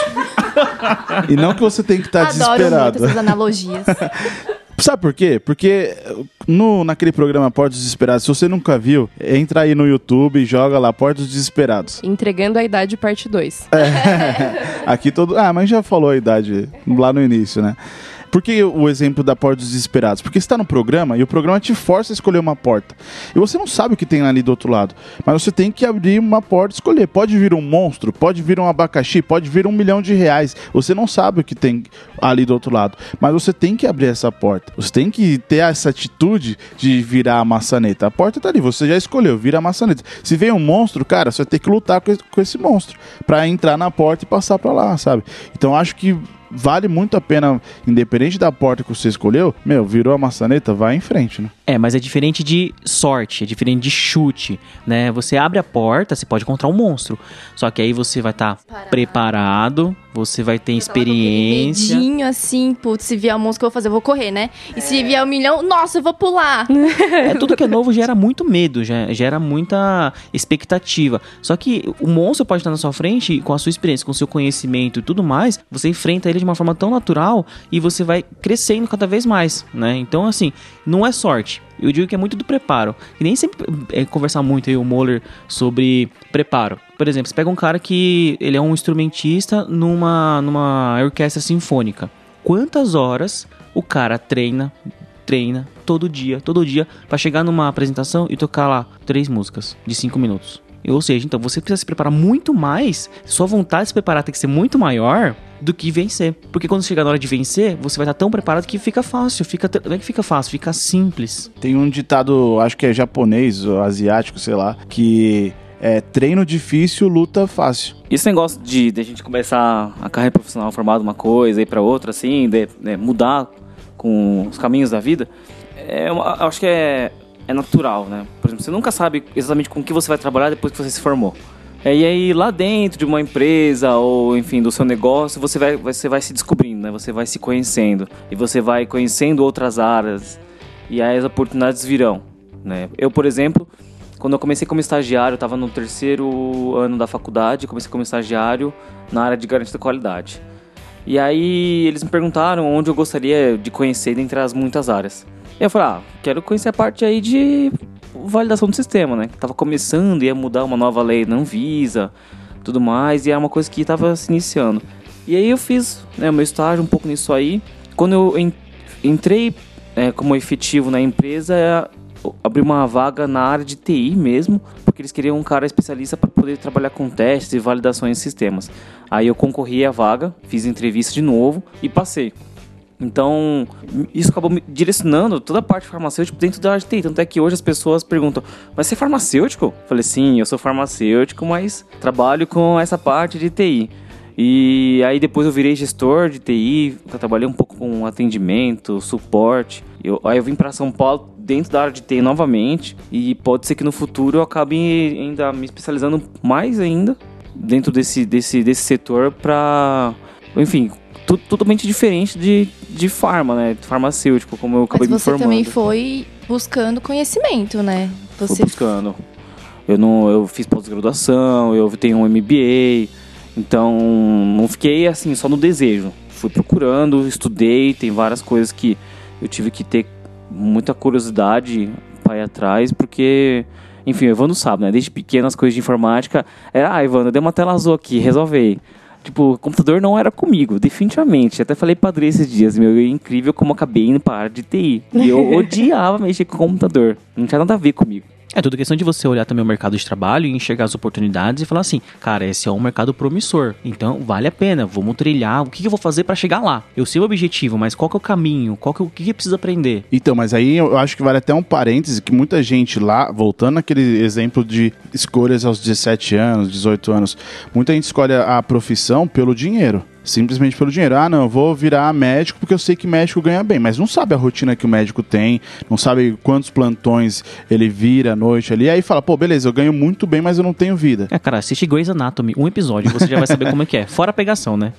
C: e não que você tem que estar
E: Adoro
C: tá desesperado.
E: muito essas analogias.
C: Sabe por quê? Porque no, naquele programa Porta dos Desesperados, se você nunca viu, entra aí no YouTube e joga lá Porta dos Desesperados.
B: Entregando a idade, parte 2.
C: Aqui todo. Ah, mas já falou a idade lá no início, né? Por que o exemplo da porta dos desesperados? Porque você está no programa e o programa te força a escolher uma porta. E você não sabe o que tem ali do outro lado. Mas você tem que abrir uma porta e escolher. Pode vir um monstro, pode vir um abacaxi, pode vir um milhão de reais. Você não sabe o que tem ali do outro lado. Mas você tem que abrir essa porta. Você tem que ter essa atitude de virar a maçaneta. A porta tá ali, você já escolheu, vira a maçaneta. Se vem um monstro, cara, você vai ter que lutar com esse- com esse monstro para entrar na porta e passar para lá, sabe? Então acho que vale muito a pena, independente da porta que você escolheu, meu, virou a maçaneta, vai em frente, né?
D: É, mas é diferente de sorte, é diferente de chute, né? Você abre a porta, você pode encontrar um monstro. Só que aí você vai estar preparado, você vai ter experiência.
E: Medinho assim, putz, se vier o monstro que eu vou fazer, eu vou correr, né? E se vier o milhão, nossa, eu vou pular.
D: É, tudo que é novo gera muito medo, ge- gera muita expectativa. Só que o monstro pode estar na sua frente e com a sua experiência, com o seu conhecimento e tudo mais, você enfrenta ele de uma forma tão natural e você vai crescendo cada vez mais, né? Então, assim, não é sorte. Eu digo que é muito do preparo. E nem sempre é, conversar muito aí o Moller sobre preparo. Por exemplo, você pega um cara que ele é um instrumentista numa, numa orquestra sinfônica. Quantas horas o cara treina, treina todo dia, todo dia, pra chegar numa apresentação e tocar lá três músicas de cinco minutos. Ou seja, então você precisa se preparar muito mais, sua vontade de se preparar tem que ser muito maior do que vencer. Porque quando chegar na hora de vencer, você vai estar tão preparado que fica fácil, fica tr- não é que fica fácil, fica simples.
C: Tem um ditado, acho que é japonês ou asiático, sei lá, que é treino difícil, luta fácil.
F: Esse é um negócio de, de a gente começar a carreira profissional formada uma coisa e para outra, assim, de, né, mudar com os caminhos da vida, é uma- eu acho que é, é natural, né? Por exemplo, você nunca sabe exatamente com o que você vai trabalhar depois que você se formou. É, E aí, lá dentro de uma empresa ou, enfim, do seu negócio, você vai, você vai se descobrindo, né? Você vai se conhecendo e você vai conhecendo outras áreas e aí as oportunidades virão, né? Eu, por exemplo, quando eu comecei como estagiário, eu estava no terceiro ano da faculdade, comecei como estagiário na área de garantia da qualidade. E aí eles me perguntaram onde eu gostaria de conhecer dentre as muitas áreas. E eu falei, ah, quero conhecer a parte aí de validação do sistema, né? Que tava começando, ia mudar uma nova lei na Anvisa, tudo mais, e era uma coisa que estava se iniciando. E aí eu fiz né, o meu estágio um pouco nisso aí. Quando eu en- entrei é, como efetivo na empresa é abrir uma vaga na área de TI mesmo, porque eles queriam um cara especialista para poder trabalhar com testes e validações de sistemas. Aí eu concorri à vaga, fiz entrevista de novo e passei. Então, isso acabou me direcionando toda a parte farmacêutica dentro da área de TI. Tanto é que hoje as pessoas perguntam, mas você é farmacêutico? Eu falei, sim, eu sou farmacêutico, mas trabalho com essa parte de TI. E aí depois eu virei gestor de TI, eu trabalhei um pouco com atendimento, suporte. Eu, aí eu vim para São Paulo dentro da área de TI novamente e pode ser que no futuro eu acabe ainda me especializando mais ainda dentro desse, desse, desse setor para, enfim, tu- totalmente diferente de, de farma, né? Farmacêutico, como eu acabei
E: Mas
F: me
E: você
F: formando.
E: também foi buscando conhecimento, né?
F: Fui
E: Você
F: buscando. Eu não, eu fiz pós-graduação, eu tenho um MBA, então não fiquei assim só no desejo. Fui procurando, estudei, tem várias coisas que eu tive que ter muita curiosidade para ir atrás, porque enfim, o Evandro sabe, né? Desde pequeno as coisas de informática era, ah, Evandro, deu uma tela azul aqui, resolve aí. Tipo, o computador não era comigo, definitivamente. Até falei pra Adri esses dias, meu, é incrível como eu acabei indo pra área de TI. E eu odiava mexer com o computador. Não tinha nada a ver comigo.
D: É tudo questão de você olhar também o mercado de trabalho e enxergar as oportunidades e falar assim, cara, esse é um mercado promissor, então vale a pena, vamos trilhar, o que que eu vou fazer pra chegar lá? Eu sei o objetivo, mas qual que é o caminho? Qual que é o o que, que eu preciso aprender?
C: Então, mas aí eu acho que vale até um parêntese que muita gente lá, voltando àquele exemplo de escolhas aos 17 anos, 18 anos, muita gente escolhe a profissão pelo dinheiro. Simplesmente pelo dinheiro. Ah, não, eu vou virar médico porque eu sei que médico ganha bem, mas não sabe a rotina que o médico tem, não sabe quantos plantões ele vira à noite ali. Aí fala, pô, beleza, eu ganho muito bem, mas eu não tenho vida.
D: É, cara, assiste Grey's Anatomy, um episódio, você já vai saber como é que é. Fora a pegação, né?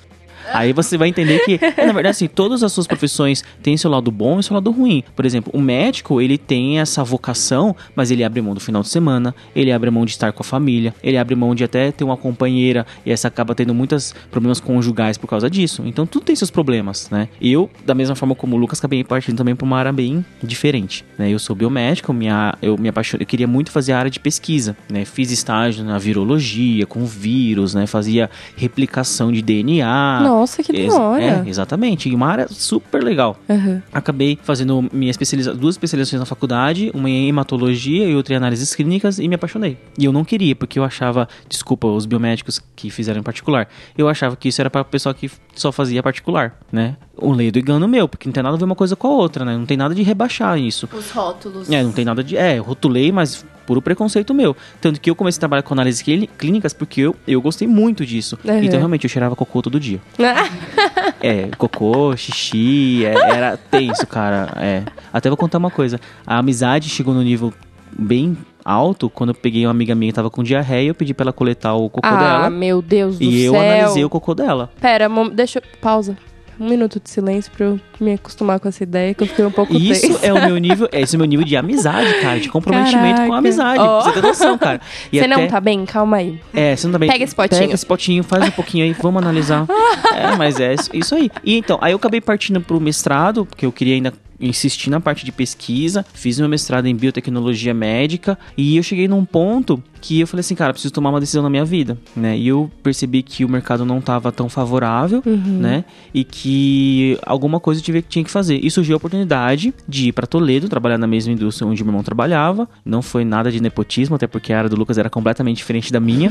D: Aí você vai entender que, é, na verdade, assim, todas as suas profissões têm seu lado bom e seu lado ruim. Por exemplo, o médico, ele tem essa vocação, mas ele abre mão do final de semana, ele abre mão de estar com a família, ele abre mão de até ter uma companheira, e essa acaba tendo muitos problemas conjugais por causa disso. Então, tudo tem seus problemas, né? Eu, da mesma forma como o Lucas, acabei partindo também para uma área bem diferente, né? Eu sou biomédico, minha, eu me apaixonei, eu queria muito fazer a área de pesquisa, né? Fiz estágio na virologia, com vírus, né? Fazia replicação de DNA.
B: Nossa, que
D: Ex-
B: da hora.
D: Ah, É, exatamente. E uma área super legal.
B: Aham.
D: Acabei fazendo minha especializa duas especializações na faculdade, uma em hematologia e outra em análises clínicas, e me apaixonei. E eu não queria, porque eu achava, desculpa, os biomédicos que fizeram em particular, eu achava que isso era para pessoal que só fazia particular, né? Um ledo engano meu, porque não tem nada a ver uma coisa com a outra, né? Não tem nada de rebaixar isso.
E: Os rótulos.
D: É, não tem nada de. É, eu rotulei, mas puro preconceito meu. Tanto que eu comecei a trabalhar com análises clí- clínicas porque eu, eu gostei muito disso.
B: Uhum.
D: Então, realmente, eu cheirava cocô todo dia. É, cocô, xixi, é, era tenso, cara. É. Até vou contar uma coisa. A amizade chegou no nível bem alto quando eu peguei uma amiga minha que tava com diarreia, eu pedi pra ela coletar o cocô
B: ah,
D: dela.
B: meu Deus do
D: E eu
B: céu.
D: analisei o cocô dela.
B: Pera, mom- deixa eu... Pausa. Um minuto de silêncio pra eu me acostumar com essa ideia, que eu fiquei um pouco
D: E Isso
B: tensa.
D: é o meu nível, é esse é o meu nível de amizade, cara, de comprometimento com
B: Caraca.
D: a amizade.
B: Ó.
D: Pra você ter noção, cara.
B: [LAUGHS]
D: E
B: Você
D: até-
B: não tá bem? Calma aí.
D: É, você não tá bem.
B: Pega esse potinho.
D: Pega esse potinho, faz um pouquinho aí,
B: [LAUGHS]
D: vamos analisar. é, mas é isso- isso aí. E então, aí eu acabei partindo pro mestrado, porque eu queria ainda insistir na parte de pesquisa, fiz meu mestrado em biotecnologia médica e eu cheguei num ponto que eu falei assim, cara, preciso tomar uma decisão na minha vida, né? E eu percebi que o mercado não tava tão favorável,
B: Uhum.
D: né? E que alguma coisa eu tive, tinha que fazer. E surgiu a oportunidade de ir pra Toledo, trabalhar na mesma indústria onde meu irmão trabalhava. Não foi nada de nepotismo, até porque a área do Lucas era completamente diferente da minha.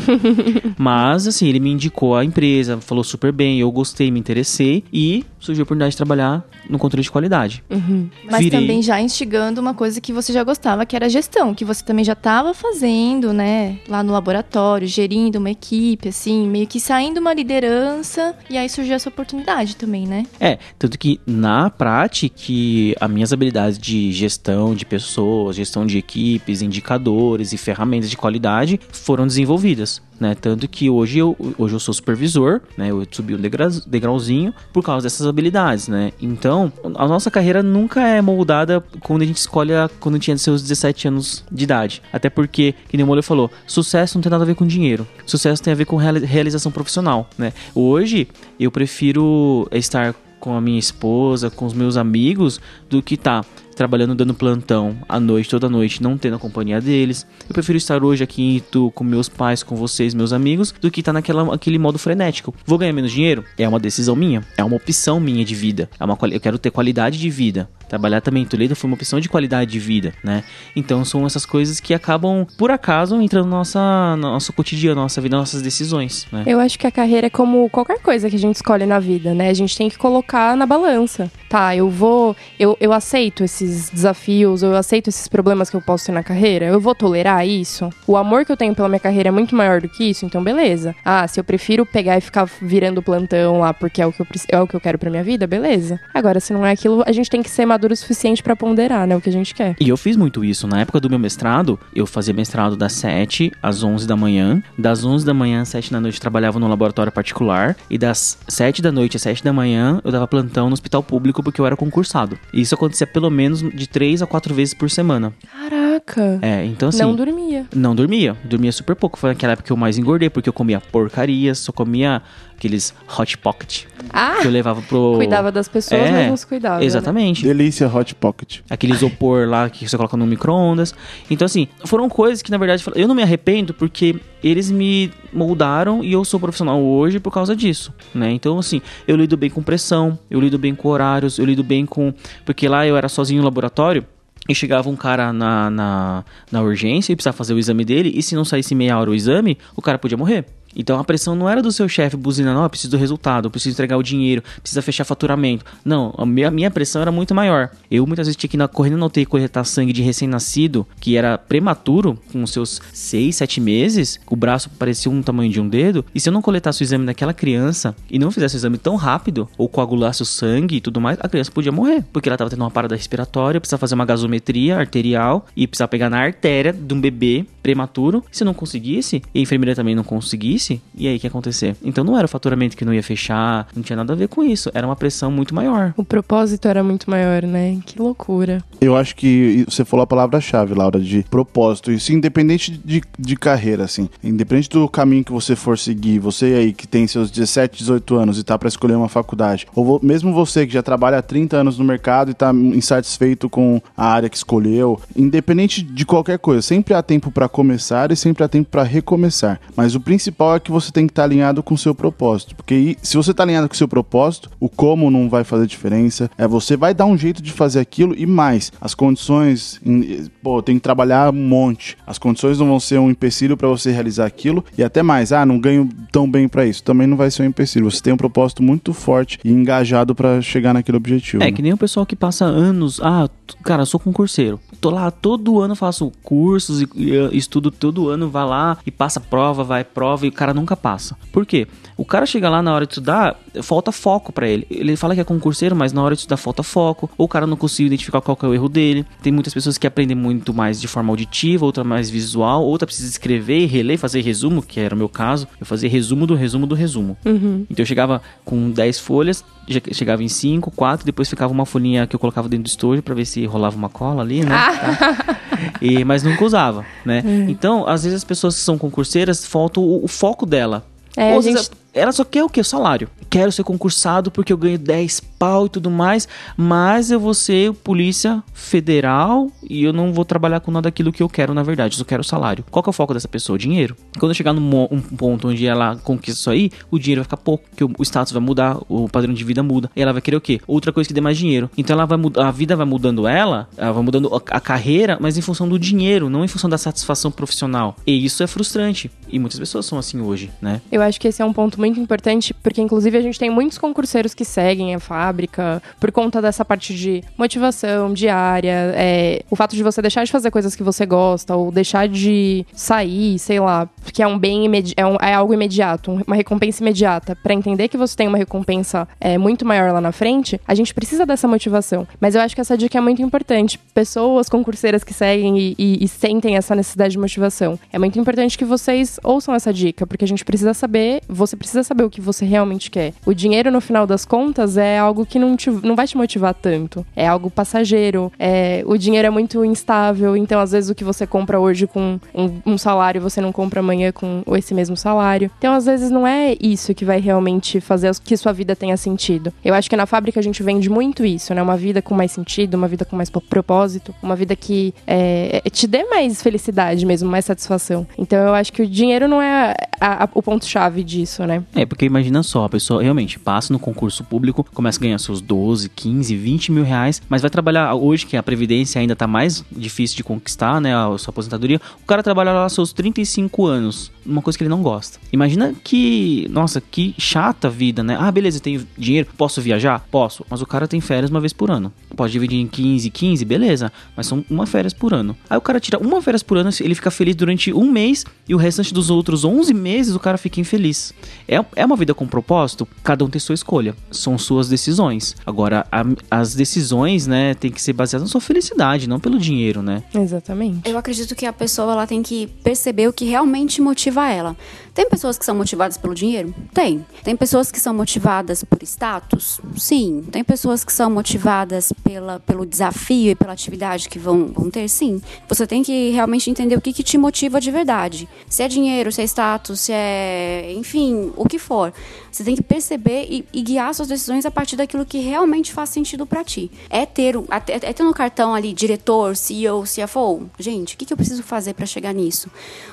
D: Mas, assim, ele me indicou a empresa, falou super bem, eu gostei, me interessei e surgiu a oportunidade de trabalhar no controle de qualidade.
B: Uhum.
E: Mas
D: Virei.
E: também já instigando uma coisa que você já gostava, que era a gestão, que você também já estava fazendo, né? Lá no laboratório, gerindo uma equipe, assim, meio que saindo uma liderança. E aí surgiu essa oportunidade também, né?
D: É, tanto que na prática, que as minhas habilidades de gestão de pessoas, gestão de equipes, indicadores e ferramentas de qualidade foram desenvolvidas. Né? Tanto que hoje eu, hoje eu sou supervisor, né? eu subi um degra- degrauzinho por causa dessas habilidades. Né? Então, a nossa carreira nunca é moldada quando a gente escolhe a- quando tinha seus 17 anos de idade. Até porque, que nem o Molho falou, sucesso não tem nada a ver com dinheiro. Sucesso tem a ver com reali- realização profissional. Né? Hoje, eu prefiro estar com a minha esposa, com os meus amigos, do que tá trabalhando, dando plantão à noite, toda noite, não tendo a companhia deles. Eu prefiro estar hoje aqui em Itu com meus pais, com vocês, meus amigos, do que estar naquela aquele modo frenético. Vou ganhar menos dinheiro? É uma decisão minha, é uma opção minha de vida. É uma quali- eu quero ter qualidade de vida. Trabalhar também em Toledo foi uma opção de qualidade de vida, né? Então são essas coisas que acabam, por acaso, entrando no nossa, no nosso cotidiano, nossa vida, nossas decisões, né?
B: Eu acho que a carreira é como qualquer coisa que a gente escolhe na vida, né? A gente tem que colocar na balança. Tá, eu vou. Eu, eu aceito esses desafios, ou eu aceito esses problemas que eu posso ter na carreira? Eu vou tolerar isso? O amor que eu tenho pela minha carreira é muito maior do que isso, então beleza. Ah, se eu prefiro pegar e ficar virando plantão lá porque é o que eu, preci- é o que eu quero pra minha vida, beleza. Agora, se não é aquilo, a gente tem que ser maduro o suficiente pra ponderar, né? O que a gente quer.
D: E eu fiz muito isso. Na época do meu mestrado, eu fazia mestrado das 7 às 11 da manhã. Das 11 da manhã às 7 da noite, eu trabalhava num laboratório particular. E das 7 da noite às 7 da manhã, eu dava plantão no hospital público porque eu era concursado. E isso acontecia pelo menos de 3 a 4 vezes por semana.
B: Caraca!
D: É, então assim.
B: não dormia.
D: Não dormia, dormia super pouco. Foi naquela época que eu mais engordei, porque eu comia porcarias, só comia aqueles hot pocket
B: Ah!
D: que eu levava pro.
B: Cuidava das pessoas,
D: É,
B: mas não se cuidava. né?
D: Exatamente.
C: Delícia Hot Pocket.
D: Aquele isopor lá que você coloca no micro-ondas. Então, assim, foram coisas que, na verdade, eu não me arrependo porque eles me moldaram e eu sou profissional hoje por causa disso, né? Então, assim, eu lido bem com pressão, eu lido bem com horários, eu lido bem com. Porque lá eu era sozinho no laboratório. E chegava um cara na, na, na urgência e precisava fazer o exame dele, e se não saísse meia hora o exame, o cara podia morrer. Então a pressão não era do seu chefe buzina, não, eu preciso do resultado, eu preciso entregar o dinheiro, precisa fechar faturamento. Não, a minha, minha pressão era muito maior. Eu muitas vezes tinha que ir na, correndo na UTI coletar sangue de recém-nascido, que era prematuro, com seus 6, 7 meses, o braço parecia um tamanho de um dedo, e se eu não coletasse o exame daquela criança e não fizesse o exame tão rápido, ou coagulasse o sangue e tudo mais, a criança podia morrer, porque ela tava tendo uma parada respiratória, precisava fazer uma gasometria arterial e precisava pegar na artéria de um bebê prematuro. Se não conseguisse, e a enfermeira também não conseguisse, e aí o que ia acontecer? Então não era o faturamento que não ia fechar, não tinha nada a ver com isso, era uma pressão muito maior.
B: O propósito era muito maior, né? Que loucura.
C: Eu acho que você falou a palavra-chave, Laura, de propósito. Isso independente de, de carreira, assim. Independente do caminho que você for seguir, você aí que tem seus 17, 18 anos e tá pra escolher uma faculdade, ou vo- mesmo você que já trabalha há 30 anos no mercado e tá insatisfeito com a área que escolheu, independente de qualquer coisa, sempre há tempo pra começar e sempre há tempo pra recomeçar. Mas o principal é que você tem que estar alinhado com o seu propósito, porque aí, se você tá alinhado com o seu propósito, o como não vai fazer diferença, é você vai dar um jeito de fazer aquilo e mais. As condições, em- eh, pô, tem que trabalhar um monte. As condições não vão ser um empecilho pra você realizar aquilo e até mais. Ah, não ganho tão bem pra isso. Também não vai ser um empecilho. Você tem um propósito muito forte e engajado pra chegar naquele objetivo.
D: É,
C: né?
D: que nem o pessoal que passa anos. Ah, t- cara, eu sou concurseiro. Tô lá todo ano, faço cursos e, e, eh, estudo todo ano, vai lá e passa prova, vai prova e o cara nunca passa. Por quê? O cara chega lá na hora de estudar, falta foco pra ele. Ele fala que é concurseiro, mas na hora de estudar falta foco. Ou o cara não conseguiu identificar qual que é o erro dele. Tem muitas pessoas que aprendem muito mais de forma auditiva, outra mais visual, outra precisa escrever, reler, fazer resumo, que era o meu caso. Eu fazia resumo do resumo do resumo. Então eu chegava com 10 folhas, já que- chegava em 5, 4, depois ficava uma folhinha que eu colocava dentro do estojo pra ver se rolava uma cola ali, né? Tá? E, mas nunca usava, né? Então, às vezes as pessoas que são concurseiras, falta o, o foco dela.
B: É,
D: Ou
B: a
D: às vezes
B: gente-
D: Ela só quer o quê? O salário. Quero ser concursado porque eu ganho 10 pau e tudo mais, mas eu vou ser polícia federal e eu não vou trabalhar com nada daquilo que eu quero, na verdade. Eu só quero salário. Qual que é o foco dessa pessoa? O dinheiro. Quando eu chegar num mo- um ponto onde ela conquista isso aí, o dinheiro vai ficar pouco, porque o o status vai mudar, o padrão de vida muda. E ela vai querer o quê? Outra coisa que dê mais dinheiro. Então ela vai mudar, a vida vai mudando ela, ela vai mudando a, a carreira, mas em função do dinheiro, não em função da satisfação profissional. E isso é frustrante. E muitas pessoas são assim hoje, né?
B: Eu acho que esse é um ponto muito importante, porque inclusive a gente tem muitos concurseiros que seguem a fábrica por conta dessa parte de motivação diária, é, o fato de você deixar de fazer coisas que você gosta, ou deixar de sair, sei lá, porque é um bem imedi é, um- é algo imediato, um- uma recompensa imediata. Pra entender que você tem uma recompensa é, muito maior lá na frente, a gente precisa dessa motivação. Mas eu acho que essa dica é muito importante. Pessoas concurseiras que seguem e, e- e sentem essa necessidade de motivação. É muito importante que vocês ouçam essa dica, porque a gente precisa saber, você precisa saber o que você realmente quer. O dinheiro, no final das contas, é algo algo que não, te, não vai te motivar tanto. É algo passageiro. é, o dinheiro é muito instável, então às vezes o que você compra hoje com um, um salário, você não compra amanhã com esse mesmo salário. Então às vezes não é isso que vai realmente fazer as- que sua vida tenha sentido. Eu acho que na fábrica a gente vende muito isso, né? Uma vida com mais sentido, uma vida com mais po- propósito, uma vida que é, é, te dê mais felicidade mesmo, mais satisfação. Então eu acho que o dinheiro não é a- a- o ponto-chave disso, né?
D: É, porque imagina só, a pessoa realmente passa no concurso público, começa a ganhar seus 12, 15, 20 mil reais, mas vai trabalhar hoje, que a Previdência ainda tá mais difícil de conquistar, né? A sua aposentadoria. O cara trabalha lá seus 35 anos, uma coisa que ele não gosta. Imagina que. Nossa, que chata a vida, né? Ah, beleza, eu tenho dinheiro, posso viajar? Posso. Mas o cara tem férias uma vez por ano. Pode dividir em 15, 15, beleza. Mas são uma férias por ano. Aí o cara tira uma férias por ano, ele fica feliz durante um mês e o restante dos outros 11 meses o cara fica infeliz. É, é uma vida com propósito? Cada um tem sua escolha. São suas decisões. Agora, a- as decisões, né, tem que ser baseadas na sua felicidade, não pelo dinheiro, né?
B: Exatamente.
A: Eu acredito que a pessoa ela tem que perceber o que realmente motiva ela. Tem pessoas que são motivadas pelo dinheiro? Tem. Tem pessoas que são motivadas por status? Sim. Tem pessoas que são motivadas pela, pelo desafio e pela atividade que vão, vão ter? Sim. Você tem que realmente entender o que, que te motiva de verdade. Se é dinheiro, se é status, se é. enfim, o que for. Você tem que perceber e, e guiar suas decisões a partir daquilo que realmente faz sentido pra ti. É ter, um- até- é ter no cartão ali diretor, CEO, CFO. Gente, o que, que eu preciso fazer pra chegar nisso?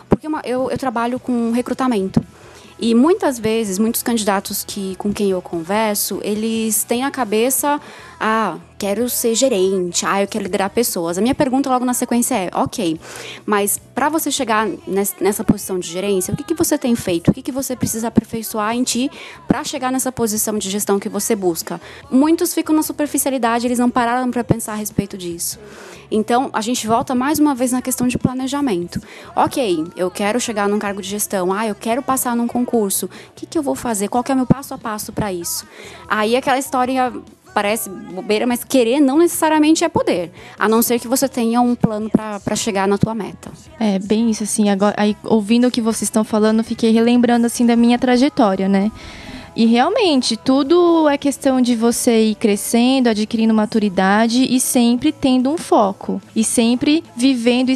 A: Porque uma- eu, eu trabalho com recrutamento. E muitas vezes, muitos candidatos que, com quem eu converso, eles têm na cabeça, ah, quero ser gerente, ah, eu quero liderar pessoas. A minha pergunta logo na sequência é, ok, mas para você chegar nes- nessa posição de gerência, o que, que você tem feito? O que, que você precisa aperfeiçoar em ti para chegar nessa posição de gestão que você busca? Muitos ficam na superficialidade, eles não pararam para pensar a respeito disso. Então, a gente volta mais uma vez na questão de planejamento. Ok, eu quero chegar num cargo de gestão, ah, eu quero passar num concurso, o que, que eu vou fazer? Qual que é o meu passo a passo para isso? Aí aquela história parece bobeira, mas querer não necessariamente é poder, a não ser que você tenha um plano para chegar na tua meta.
E: É, bem isso, assim, agora, aí, ouvindo o que vocês estão falando, eu fiquei relembrando, assim, da minha trajetória, né? E realmente, tudo é questão de você ir crescendo, adquirindo maturidade e sempre tendo um foco. E sempre vivendo,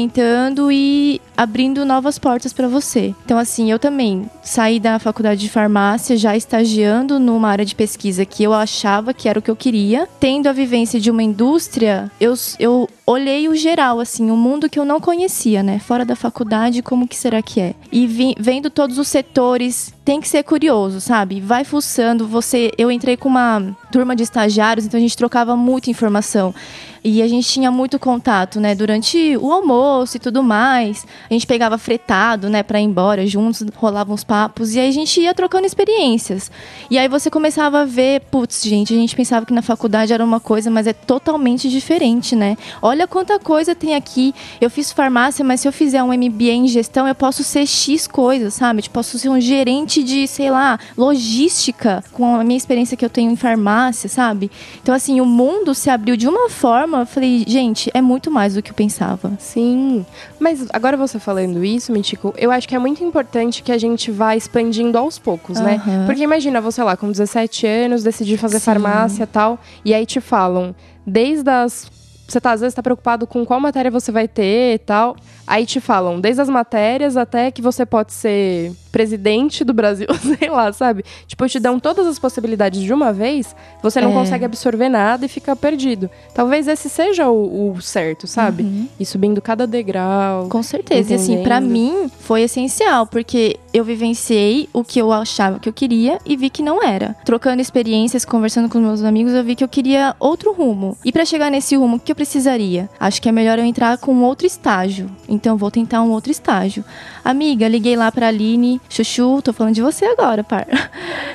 E: experimentando e abrindo novas portas para você. Então, assim, eu também saí da faculdade de farmácia já estagiando numa área de pesquisa que eu achava que era o que eu queria. Tendo a vivência de uma indústria, eu, eu olhei o geral, assim, um mundo que eu não conhecia, né? Fora da faculdade, como que será que é? E vi- vendo todos os setores, tem que ser curioso, sabe? Vai fuçando, você... Eu entrei com uma turma de estagiários, então a gente trocava muita informação. E a gente tinha muito contato, né? Durante o almoço e tudo mais. A gente pegava fretado, né? Pra ir embora juntos, rolavam uns papos. E aí a gente ia trocando experiências. E aí você começava a ver, putz, gente, a gente pensava que na faculdade era uma coisa, mas é totalmente diferente, né? Olha quanta coisa tem aqui. Eu fiz farmácia, mas se eu fizer um MBA em gestão, eu posso ser X coisas, sabe? Tipo, posso ser um gerente de, sei lá, logística, com a minha experiência que eu tenho em farmácia, sabe? Então, assim, o mundo se abriu de uma forma, eu falei, gente, é muito mais do que eu pensava.
B: Sim, mas agora você falando isso, Mitico, eu acho que é muito importante que a gente vá expandindo aos poucos, né?
E: Aham.
B: Porque imagina você lá com 17 anos, decidir fazer
E: Sim.
B: farmácia e tal, e aí te falam, desde as. Você tá, às vezes tá preocupado com qual matéria você vai ter e tal. Aí te falam, desde as matérias até que você pode ser presidente do Brasil, [LAUGHS] sei lá, sabe? Tipo, te dão todas as possibilidades de uma vez, você não
E: É.
B: consegue absorver nada e fica perdido. Talvez esse seja o, o certo, sabe? E subindo cada degrau.
E: Com certeza. E assim,
B: Entendendo.
E: pra mim foi essencial, porque eu vivenciei o que eu achava que eu queria e vi que não era. Trocando experiências, conversando com meus amigos, eu vi que eu queria outro rumo. E pra chegar nesse rumo, o que eu precisaria? Acho que é melhor eu entrar com outro estágio. Então vou tentar um outro estágio. Amiga, liguei lá pra Aline, Chuchu, tô falando de você agora, par. [LAUGHS]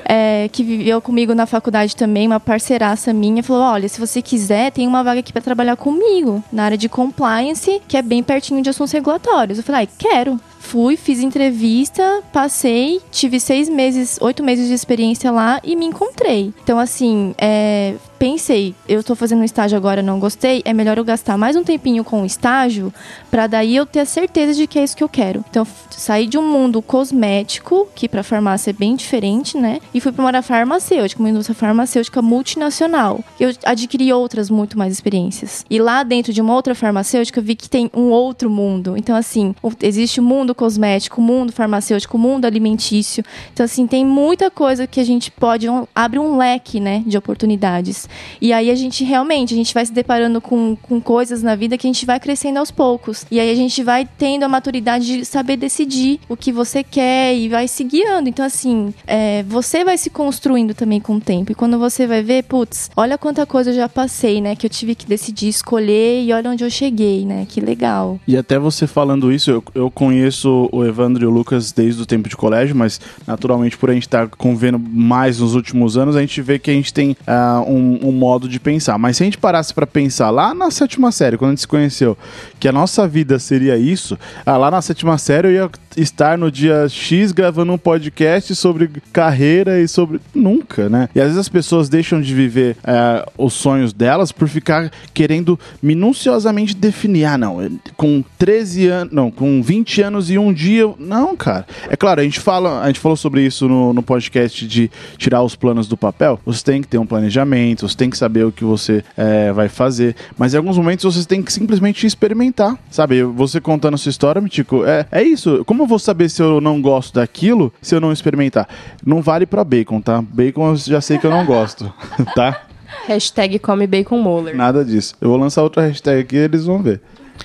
E: É, que viveu comigo na faculdade também, uma parceiraça minha, falou: olha, se você quiser, tem uma vaga aqui pra trabalhar comigo, na área de compliance, que é bem pertinho de assuntos regulatórios. Eu falei, ai, quero. Fui, fiz entrevista, passei, tive seis meses, oito meses de experiência lá e me encontrei. Então, assim, é, pensei, eu estou fazendo um estágio agora, não gostei, é melhor eu gastar mais um tempinho com o estágio para daí eu ter a certeza de que é isso que eu quero. Então, eu f- saí de um mundo cosmético, que para farmácia é bem diferente, né? E fui para uma área farmacêutica, uma indústria farmacêutica multinacional. Eu adquiri outras muito mais experiências. E lá dentro de uma outra farmacêutica, eu vi que tem um outro mundo. Então, assim, o- existe o mundo cosmético, o mundo farmacêutico, o mundo alimentício. Então, assim, tem muita coisa que a gente pode. Um, abre um leque, né, de oportunidades. E aí a gente realmente, a gente vai se deparando com, com coisas na vida que a gente vai crescendo aos poucos. E aí a gente vai tendo a maturidade de saber decidir o que você quer e vai se guiando. Então, assim, é, você vai se construindo também com o tempo. E quando você vai ver, putz, olha quanta coisa eu já passei, né, que eu tive que decidir, escolher e olha onde eu cheguei, né, que legal.
C: E até você falando isso, eu, eu conheço o Evandro e o Lucas desde o tempo de colégio, mas naturalmente por a gente estar convivendo mais nos últimos anos, a gente vê que a gente tem ah, um, um modo de pensar. Mas se a gente parasse pra pensar lá na sétima série, quando a gente se conheceu, que a nossa vida seria isso, ah, lá na sétima série eu ia estar no dia X gravando um podcast sobre carreira e sobre... Nunca, né? E às vezes as pessoas deixam de viver ah, os sonhos delas por ficar querendo minuciosamente definir, ah, não, eu- com 13 anos, não, com 20 anos e um dia, eu- não, cara. É claro, a gente fala, a gente falou sobre isso no, no podcast de tirar os planos do papel. Você tem que ter um planejamento, você tem que saber o que você eh, vai fazer, mas em alguns momentos você tem que simplesmente experimentar, sabe? Você contando a sua história, Mitico, é, é isso. Como eu vou saber se eu não gosto daquilo se eu não experimentar? Não vale pra bacon, tá? Bacon eu já sei que eu não gosto, [LAUGHS] tá?
B: Hashtag come bacon molar.
C: Nada disso. Eu vou lançar outra hashtag aqui e eles vão ver.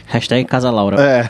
D: Hashtag Casa Laura.
C: É.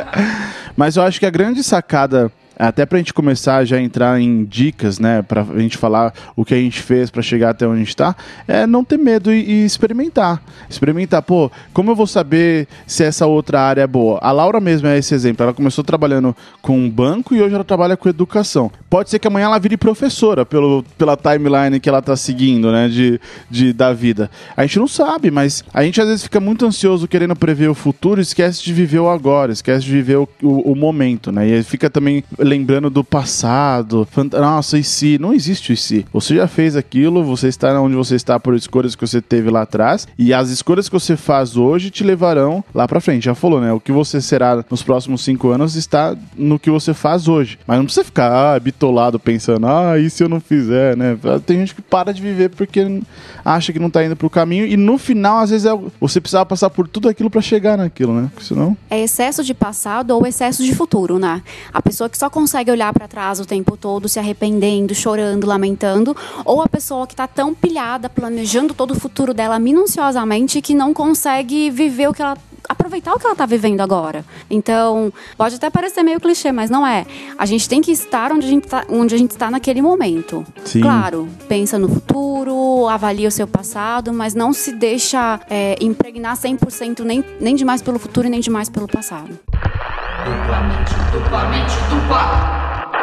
C: [LAUGHS] Mas eu acho que a grande sacada, até pra gente começar já a entrar em dicas, né? Pra gente falar o que a gente fez pra chegar até onde a gente tá, é não ter medo e, e experimentar. Experimentar, pô, como eu vou saber se essa outra área é boa? A Laura mesmo é esse exemplo. Ela começou trabalhando com um banco e hoje ela trabalha com educação. Pode ser que amanhã ela vire professora pelo, pela timeline que ela tá seguindo, né? De, de, da vida. A gente não sabe, mas a gente às vezes fica muito ansioso querendo prever o futuro e esquece de viver o agora, esquece de viver o, o- o momento, né? E aí fica também lembrando do passado. fant- Nossa, e se? Não existe o e se. Você já fez aquilo, você está onde você está por escolhas que você teve lá atrás e as escolhas que você faz hoje te levarão lá pra frente. Já falou, né? O que você será nos próximos cinco anos está no que você faz hoje. Mas não precisa ficar ah, bitolado pensando, ah, e se eu não fizer, né? Tem gente que para de viver porque acha que não tá indo pro caminho e no final, às vezes, é, o- você precisava passar por tudo aquilo pra chegar naquilo, né? Porque senão.
A: É excesso de passado ou excesso de futuro, né? A pessoa que só consegue olhar pra trás o tempo todo, se arrependendo, chorando, lamentando, ou a pessoa que tá tão pilhada, planejando todo o futuro dela minuciosamente que não consegue viver o que ela aproveitar o que ela tá vivendo agora. Então, pode até parecer meio clichê, mas não é. A gente tem que estar onde a gente tá, onde a gente tá naquele momento.
C: Sim.
A: Claro, pensa no futuro, avalia o seu passado, mas não se deixa é, impregnar 100% nem, nem demais pelo futuro e nem demais pelo passado.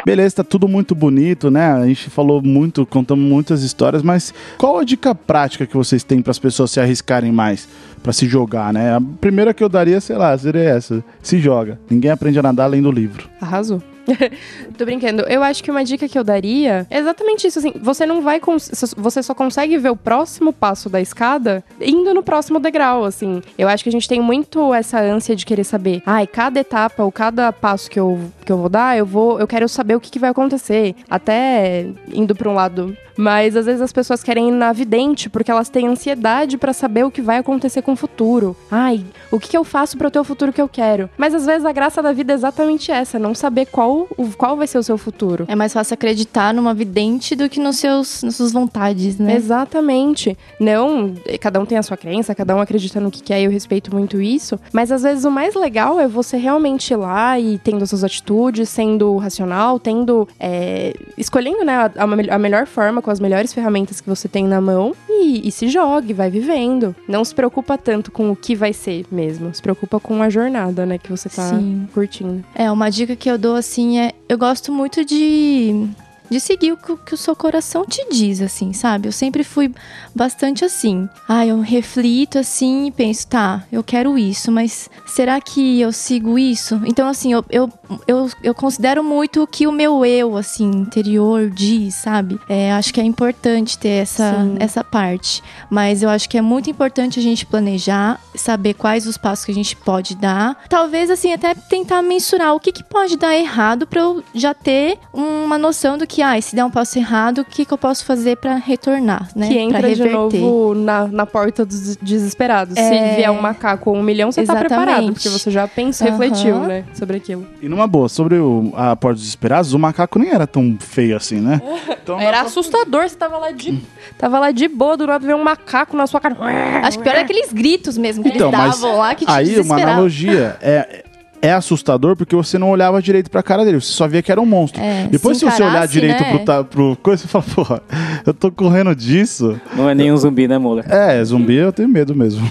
C: Beleza, tá tudo muito bonito, né? A gente falou muito, contamos muitas histórias, mas qual a dica prática que vocês têm para as pessoas se arriscarem mais, pra se jogar, né? A primeira que eu daria, sei lá, seria essa: se joga. Ninguém aprende a nadar além do livro.
B: Arrasou. [LAUGHS] Tô brincando. Eu acho que uma dica que eu daria é exatamente isso, assim, você não vai cons- você só consegue ver o próximo passo da escada indo no próximo degrau, assim. Eu acho que a gente tem muito essa ânsia de querer saber, ai, cada etapa ou cada passo que eu, que eu vou dar, eu vou, eu quero saber o que, que vai acontecer, até indo pra um lado. Mas às vezes as pessoas querem ir na vidente porque elas têm ansiedade pra saber o que vai acontecer com o futuro. Ai, o que, que eu faço para ter o futuro que eu quero? Mas às vezes a graça da vida é exatamente essa, não saber qual, o- qual vai ser o seu futuro.
E: É mais fácil acreditar numa vidente do que nos seus, nas suas vontades, né?
B: Exatamente. Não, cada um tem a sua crença, cada um acredita no que quer e eu respeito muito isso. Mas às vezes o mais legal é você realmente ir lá e tendo suas atitudes, sendo racional, tendo. é, escolhendo né, a, a me- a melhor forma, com as melhores ferramentas que você tem na mão e, e se jogue, vai vivendo. Não se preocupa tanto com o que vai ser mesmo. Se preocupa com a jornada, né, que você tá
E: Sim.
B: curtindo.
E: É, uma dica que eu dou assim é. Eu gosto muito de de seguir o que, o que o seu coração te diz, assim, sabe? Eu sempre fui bastante assim. Ah, eu reflito assim e penso, tá, eu quero isso, mas será que eu sigo isso? Então, assim, eu, eu, eu, eu considero muito o que o meu eu, assim, interior diz, sabe? É, acho que é importante ter essa,
A: Sim.
E: essa parte. Mas eu acho que é muito importante a gente planejar, saber quais os passos que a gente pode dar. Talvez, assim, até tentar mensurar o que, que pode dar errado pra eu já ter uma noção do que, ah, se der um passo errado, o que, que eu posso fazer pra retornar, né?
B: que
E: pra
B: entra de
E: reverter.
B: novo na, na porta dos des- desesperados.
E: É.
B: Se vier um macaco ou um milhão, você
E: Exatamente.
B: tá preparado, porque você já pensou,
E: Aham.
B: refletiu, né, sobre aquilo.
C: E numa boa, sobre o- a Porta dos Esperados, o macaco nem era tão feio assim,
E: [LAUGHS]
C: né? Então,
B: Era assustador, você tava lá de, tava lá de boa, do lado veio um macaco na sua cara.
E: Acho que pior é aqueles gritos mesmo que
C: Então,
E: eles
C: mas
E: davam lá, que te
C: Aí, uma
E: desesperavam.
C: analogia é. É assustador porque você não olhava direito pra cara dele, você só via que era um monstro.
E: É,
C: Depois, se,
E: se
C: você olhar
E: encarasse,
C: direito
E: né?
C: pro, ta- pro coisa, você fala, porra, eu tô correndo disso.
F: Não é nem um zumbi, né, Muller?
C: É, zumbi eu tenho medo mesmo.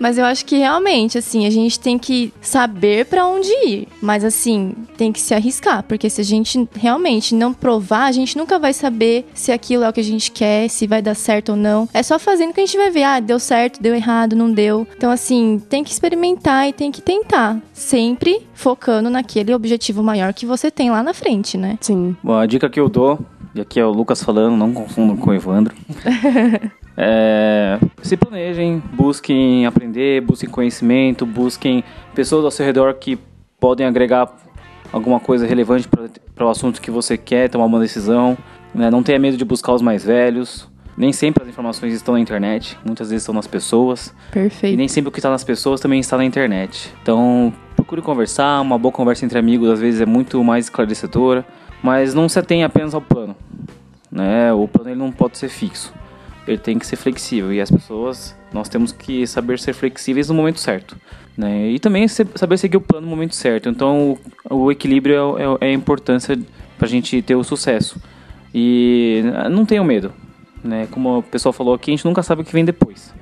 E: Mas eu acho que realmente, assim, a gente tem que saber pra onde ir. Mas, assim, tem que se arriscar. Porque se a gente realmente não provar, a gente nunca vai saber se aquilo é o que a gente quer, se vai dar certo ou não. É só fazendo que a gente vai ver, ah, deu certo, deu errado, não deu. Então, assim, tem que experimentar e tem que tentar. Sempre focando naquele objetivo maior que você tem lá na frente, né?
B: Sim.
F: Bom, a dica que eu dou, e aqui é o Lucas falando, não confundam com o Evandro. É, se planejem, busquem aprender, busquem conhecimento, busquem pessoas ao seu redor que podem agregar alguma coisa relevante para o assunto que você quer, tomar uma decisão. né? Não tenha medo de buscar os mais velhos. Nem sempre as informações estão na internet, muitas vezes estão nas pessoas. E
B: Perfeito.
F: nem sempre o que está nas pessoas também está na internet. Então, procure conversar, uma boa conversa entre amigos às vezes é muito mais esclarecedora, mas não se atenha apenas ao plano. Né? O plano ele não pode ser fixo. Ele tem que ser flexível e as pessoas, nós temos que saber ser flexíveis no momento certo. Né? E também se- saber seguir o plano no momento certo. Então, o, o equilíbrio é o- é, o- é a importância para a gente ter o sucesso. E ah, não tenham medo. Né? Como o pessoal falou aqui, a gente nunca sabe o que vem depois.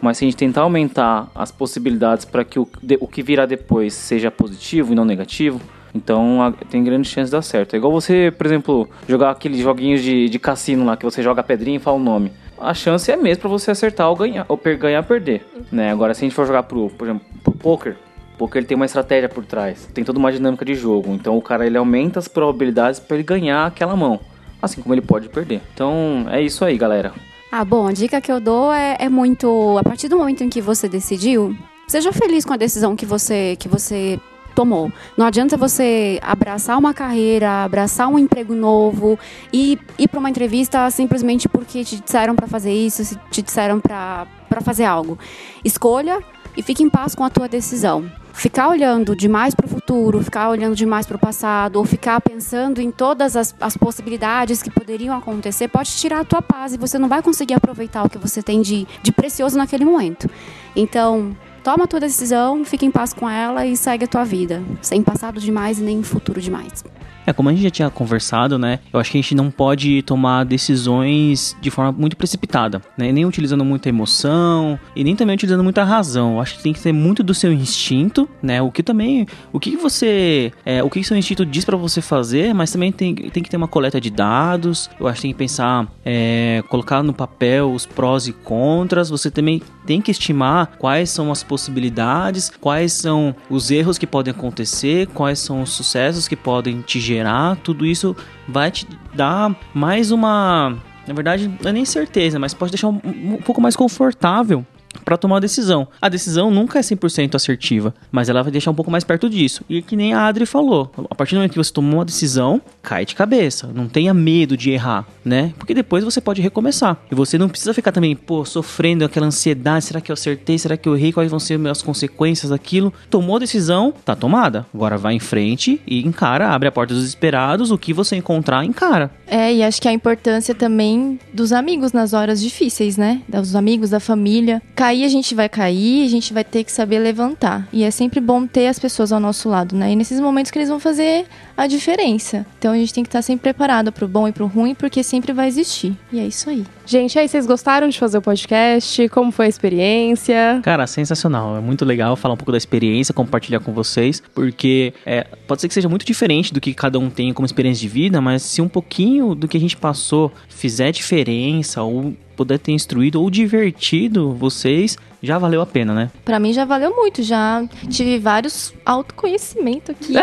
F: Mas se a gente tentar aumentar as possibilidades para que o, de- o que virá depois seja positivo e não negativo, então a- tem grande chance de dar certo. É igual você, por exemplo, jogar aqueles joguinhos de, de cassino lá que você joga a pedrinha e fala o nome. A chance é mesmo para você acertar ou ganhar, ou per, ganhar ou perder. Né? Agora, se a gente for jogar pro, por exemplo, pro poker, o poker ele tem uma estratégia por trás, tem toda uma dinâmica de jogo. Então o cara ele aumenta as probabilidades para ele ganhar aquela mão, assim como ele pode perder. Então é isso aí, galera.
A: Ah, bom, a dica que eu dou é, é muito. A partir do momento em que você decidiu, seja feliz com a decisão que você, que você tomou. Não adianta você abraçar uma carreira, abraçar um emprego novo e ir para uma entrevista simplesmente porque te disseram para fazer isso, se te disseram para fazer algo. Escolha e fique em paz com a tua decisão. Ficar olhando demais para o futuro, ficar olhando demais para o passado, ou ficar pensando em todas as, as possibilidades que poderiam acontecer, pode tirar a tua paz e você não vai conseguir aproveitar o que você tem de, de precioso naquele momento. Então, toma a tua decisão, fica em paz com ela e segue a tua vida, sem passado demais e nem futuro demais.
D: É, como a gente já tinha conversado, né? Eu acho que a gente não pode tomar decisões de forma muito precipitada, né? Nem utilizando muita emoção e nem também utilizando muita razão. Eu acho que tem que ter muito do seu instinto, né? O que também, o que que você, é, o que que seu instinto diz pra você fazer, mas também tem, tem que ter uma coleta de dados. Eu acho que tem que pensar, é, colocar no papel os prós e contras. Você também tem que estimar quais são as possibilidades, quais são os erros que podem acontecer, quais são os sucessos que podem te gerar. Tudo isso vai te dar mais uma. Na verdade, não é nem certeza, mas pode deixar um, um pouco mais confortável para tomar a decisão. A decisão nunca é 100% assertiva, mas ela vai deixar um pouco mais perto disso. E que nem a Adri falou, a partir do momento que você tomou uma decisão, cai de cabeça, não tenha medo de errar, né? Porque depois você pode recomeçar. E você não precisa ficar também, pô, sofrendo aquela ansiedade, será que eu acertei, será que eu errei, quais vão ser as consequências daquilo? Tomou a decisão, tá tomada. Agora vai em frente e encara, abre a porta dos esperados, o que você encontrar, encara.
E: É, e acho que a importância também dos amigos nas horas difíceis, né? Dos amigos, da família. Cara, cair, a gente vai cair, a gente vai ter que saber levantar. E é sempre bom ter as pessoas ao nosso lado, né? E nesses momentos que eles vão fazer a diferença. Então a gente tem que estar sempre preparado pro bom e pro ruim, porque sempre vai existir. E é isso aí.
B: Gente, aí vocês gostaram de fazer o podcast? Como foi a experiência?
D: Cara, sensacional. É muito legal falar um pouco da experiência, compartilhar com vocês, porque é, pode ser que seja muito diferente do que cada um tem como experiência de vida, mas se um pouquinho do que a gente passou fizer diferença ou puder ter instruído ou divertido vocês, já valeu a pena, né?
E: Pra mim já valeu muito, já tive vários autoconhecimento
B: [LAUGHS]
E: aqui.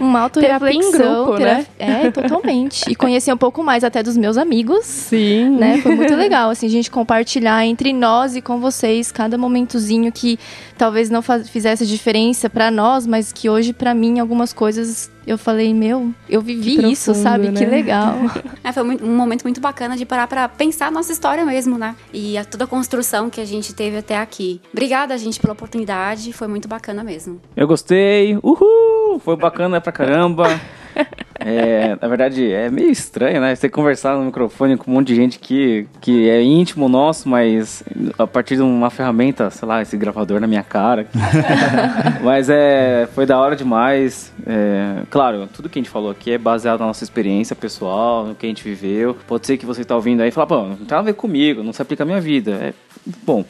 E: uma
B: Terapia
E: autorreflexão.
B: em grupo, né?
E: É, totalmente. E conhecer um pouco mais até dos meus amigos.
B: Sim.
E: né? Foi muito legal, assim, a gente compartilhar entre nós e com vocês cada momentozinho que talvez não fa- fizesse diferença pra nós, mas que hoje pra mim algumas coisas eu falei, meu, eu vivi
B: Que
E: isso,
B: profundo,
E: sabe? Que
B: né? [LAUGHS]
E: legal.
A: É, foi muito- um momento muito bacana de parar pra pensar a nossa história mesmo, né? E a, toda a construção que a gente teve até aqui. Obrigada, gente, pela oportunidade. Foi muito bacana mesmo.
F: Eu gostei, uhul! Foi bacana pra caramba. É, na verdade, é meio estranho, né? Você conversar no microfone com um monte de gente que, que é íntimo nosso, mas a partir de uma ferramenta, sei lá, esse gravador na minha cara. [LAUGHS] mas é, foi da hora demais. É, claro, tudo que a gente falou aqui é baseado na nossa experiência pessoal, no que a gente viveu. Pode ser que você tá ouvindo aí e fala, pô, não tem nada a ver comigo, não se aplica à minha vida. É, bom,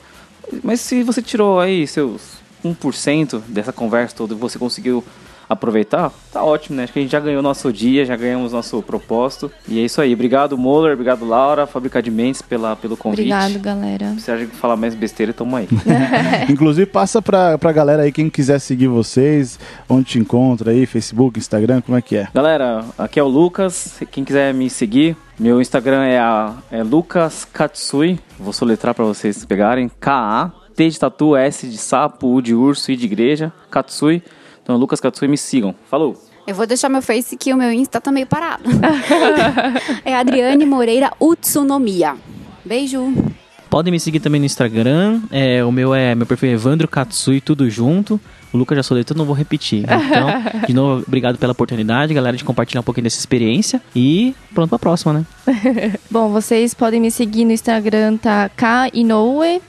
F: mas se você tirou aí seus 1% dessa conversa toda e você conseguiu aproveitar, tá ótimo, né? Acho que a gente já ganhou nosso dia, já ganhamos nosso propósito. E é isso aí. Obrigado, Moller. Obrigado, Laura, Fábrica de Mentes, pela, pelo convite.
E: Obrigado, galera.
F: Se acha que falar mais besteira, tamo aí. [LAUGHS]
C: [LAUGHS] Inclusive, passa pra, pra galera aí, quem quiser seguir vocês, onde te encontra aí, Facebook, Instagram, como é que é?
F: Galera, aqui é o Lucas. Quem quiser me seguir, meu Instagram é, a, é Lucas Katsui. Vou soletrar pra vocês pegarem. K-A, T de tatu, S de sapo, U de urso, I de igreja, Katsui. Então, Lucas Katsui, me sigam. Falou!
A: Eu vou deixar meu Face que o meu Insta tá meio parado. [LAUGHS] é Adriane Moreira Utsunomiya. Beijo.
D: Podem me seguir também no Instagram. É, o meu é meu perfil é Evandro Katsui, tudo junto. O Lucas já soletou, não vou repetir. Então, de novo, obrigado pela oportunidade, galera, de compartilhar um pouquinho dessa experiência. E pronto pra próxima, né?
E: Bom, vocês podem me seguir no Instagram, tá? K-Inoue,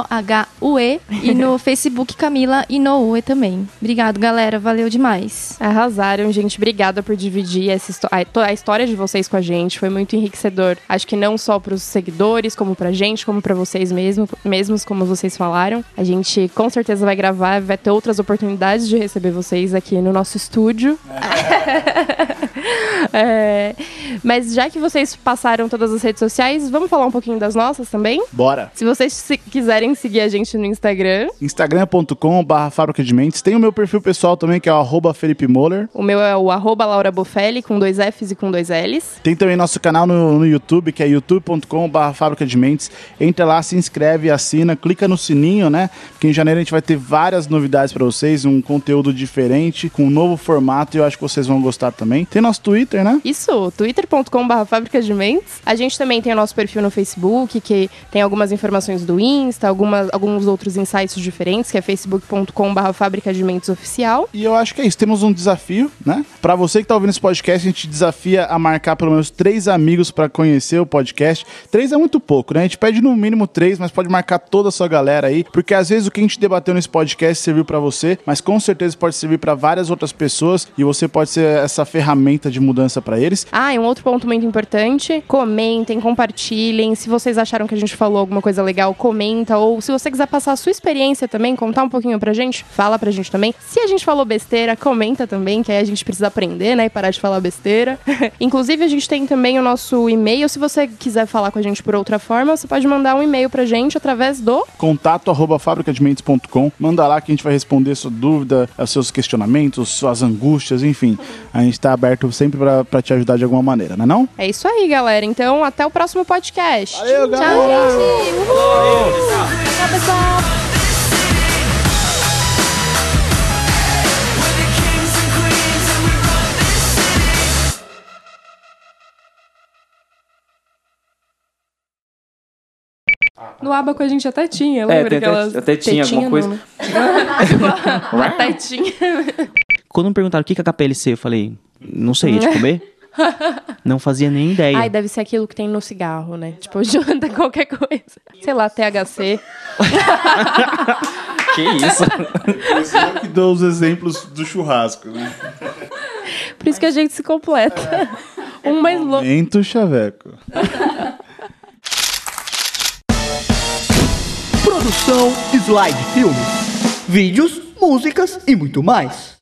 E: I-N-O-H-U-E.
B: [LAUGHS]
E: E no Facebook, Camila Inoue também. Obrigado, galera. Valeu demais.
B: Arrasaram, gente. Obrigada por dividir essa histó- a, to- a história de vocês com a gente. Foi muito enriquecedor. Acho que não só pros seguidores, como pra gente, como pra vocês mesmo, mesmos, como vocês falaram. A gente com certeza vai gravar, vai ter outras oportunidades de receber vocês aqui no nosso estúdio. [LAUGHS] É, mas já que vocês passaram todas as redes sociais, vamos falar um pouquinho das nossas também?
C: Bora!
B: Se vocês se- quiserem seguir a gente no Instagram,
C: instagram.com barra fábrica de mentes. Tem o meu perfil pessoal também, que é o arroba Felipe Moller.
B: o meu é o arroba Laura Bofelli, com dois Fs e com dois Ls.
C: Tem também nosso canal no, no YouTube, que é youtube.com barra fábrica de mentes. Entra lá, se inscreve, assina, clica no sininho, né? Porque em janeiro a gente vai ter várias novidades pra vocês, um conteúdo diferente, com um novo formato, e eu acho que vocês vão gostar também. Tem nosso Twitter, né?
B: Isso, twitter.com.br Fábrica de Mentes. A gente também tem o nosso perfil no Facebook, que tem algumas informações do Insta, algumas, alguns outros insights diferentes, que é facebook.com.br Fábrica de Mentes Oficial.
C: E eu acho que é isso. Temos um desafio, né? Pra você que tá ouvindo esse podcast, a gente desafia a marcar pelo menos três amigos pra conhecer o podcast. Três é muito pouco, né? A gente pede no mínimo três, mas pode marcar toda a sua galera aí, porque às vezes o que a gente debateu nesse podcast serviu pra você, mas com certeza pode servir pra várias outras pessoas e você pode ser essa ferramenta de mudança pra eles.
B: Ah, e um outro ponto muito importante, comentem, compartilhem. Se vocês acharam que a gente falou alguma coisa legal, comenta. Ou se você quiser passar a sua experiência também, contar um pouquinho pra gente, fala pra gente também. Se a gente falou besteira, comenta também, que aí a gente precisa aprender, né? E parar de falar besteira. [LAUGHS] Inclusive, a gente tem também o nosso e-mail. Se você quiser falar com a gente por outra forma, você pode mandar um e-mail pra gente através do...
C: Contato arroba fabricadementes.com. Manda lá que a gente vai responder sua dúvida, os seus questionamentos, suas angústias, enfim. A gente tá aberto sempre pra- pra te ajudar de alguma maneira, não é não?
B: É isso aí, galera. Então, até o próximo podcast.
C: Valeu, galera!
B: No Abaco a gente até tinha,
F: É,
B: lembra?
F: tem
B: aquelas
F: até, até tinha alguma
B: tetinha,
F: coisa. Ah,
B: não, né? Até tinha.
D: Quando me perguntaram o que que é KPLC, eu falei, não sei, é de comer? Não fazia nem ideia.
B: Ai, deve ser aquilo que tem no cigarro, né? Tipo, [LAUGHS] janta qualquer coisa. Sei lá, THC.
F: Que isso?
C: Eu que dou os exemplos do churrasco, né?
B: Por isso que a gente se completa. Um mais louco.
C: Mento chaveco.
G: Produção Slide Filmes. Vídeos, músicas e muito mais.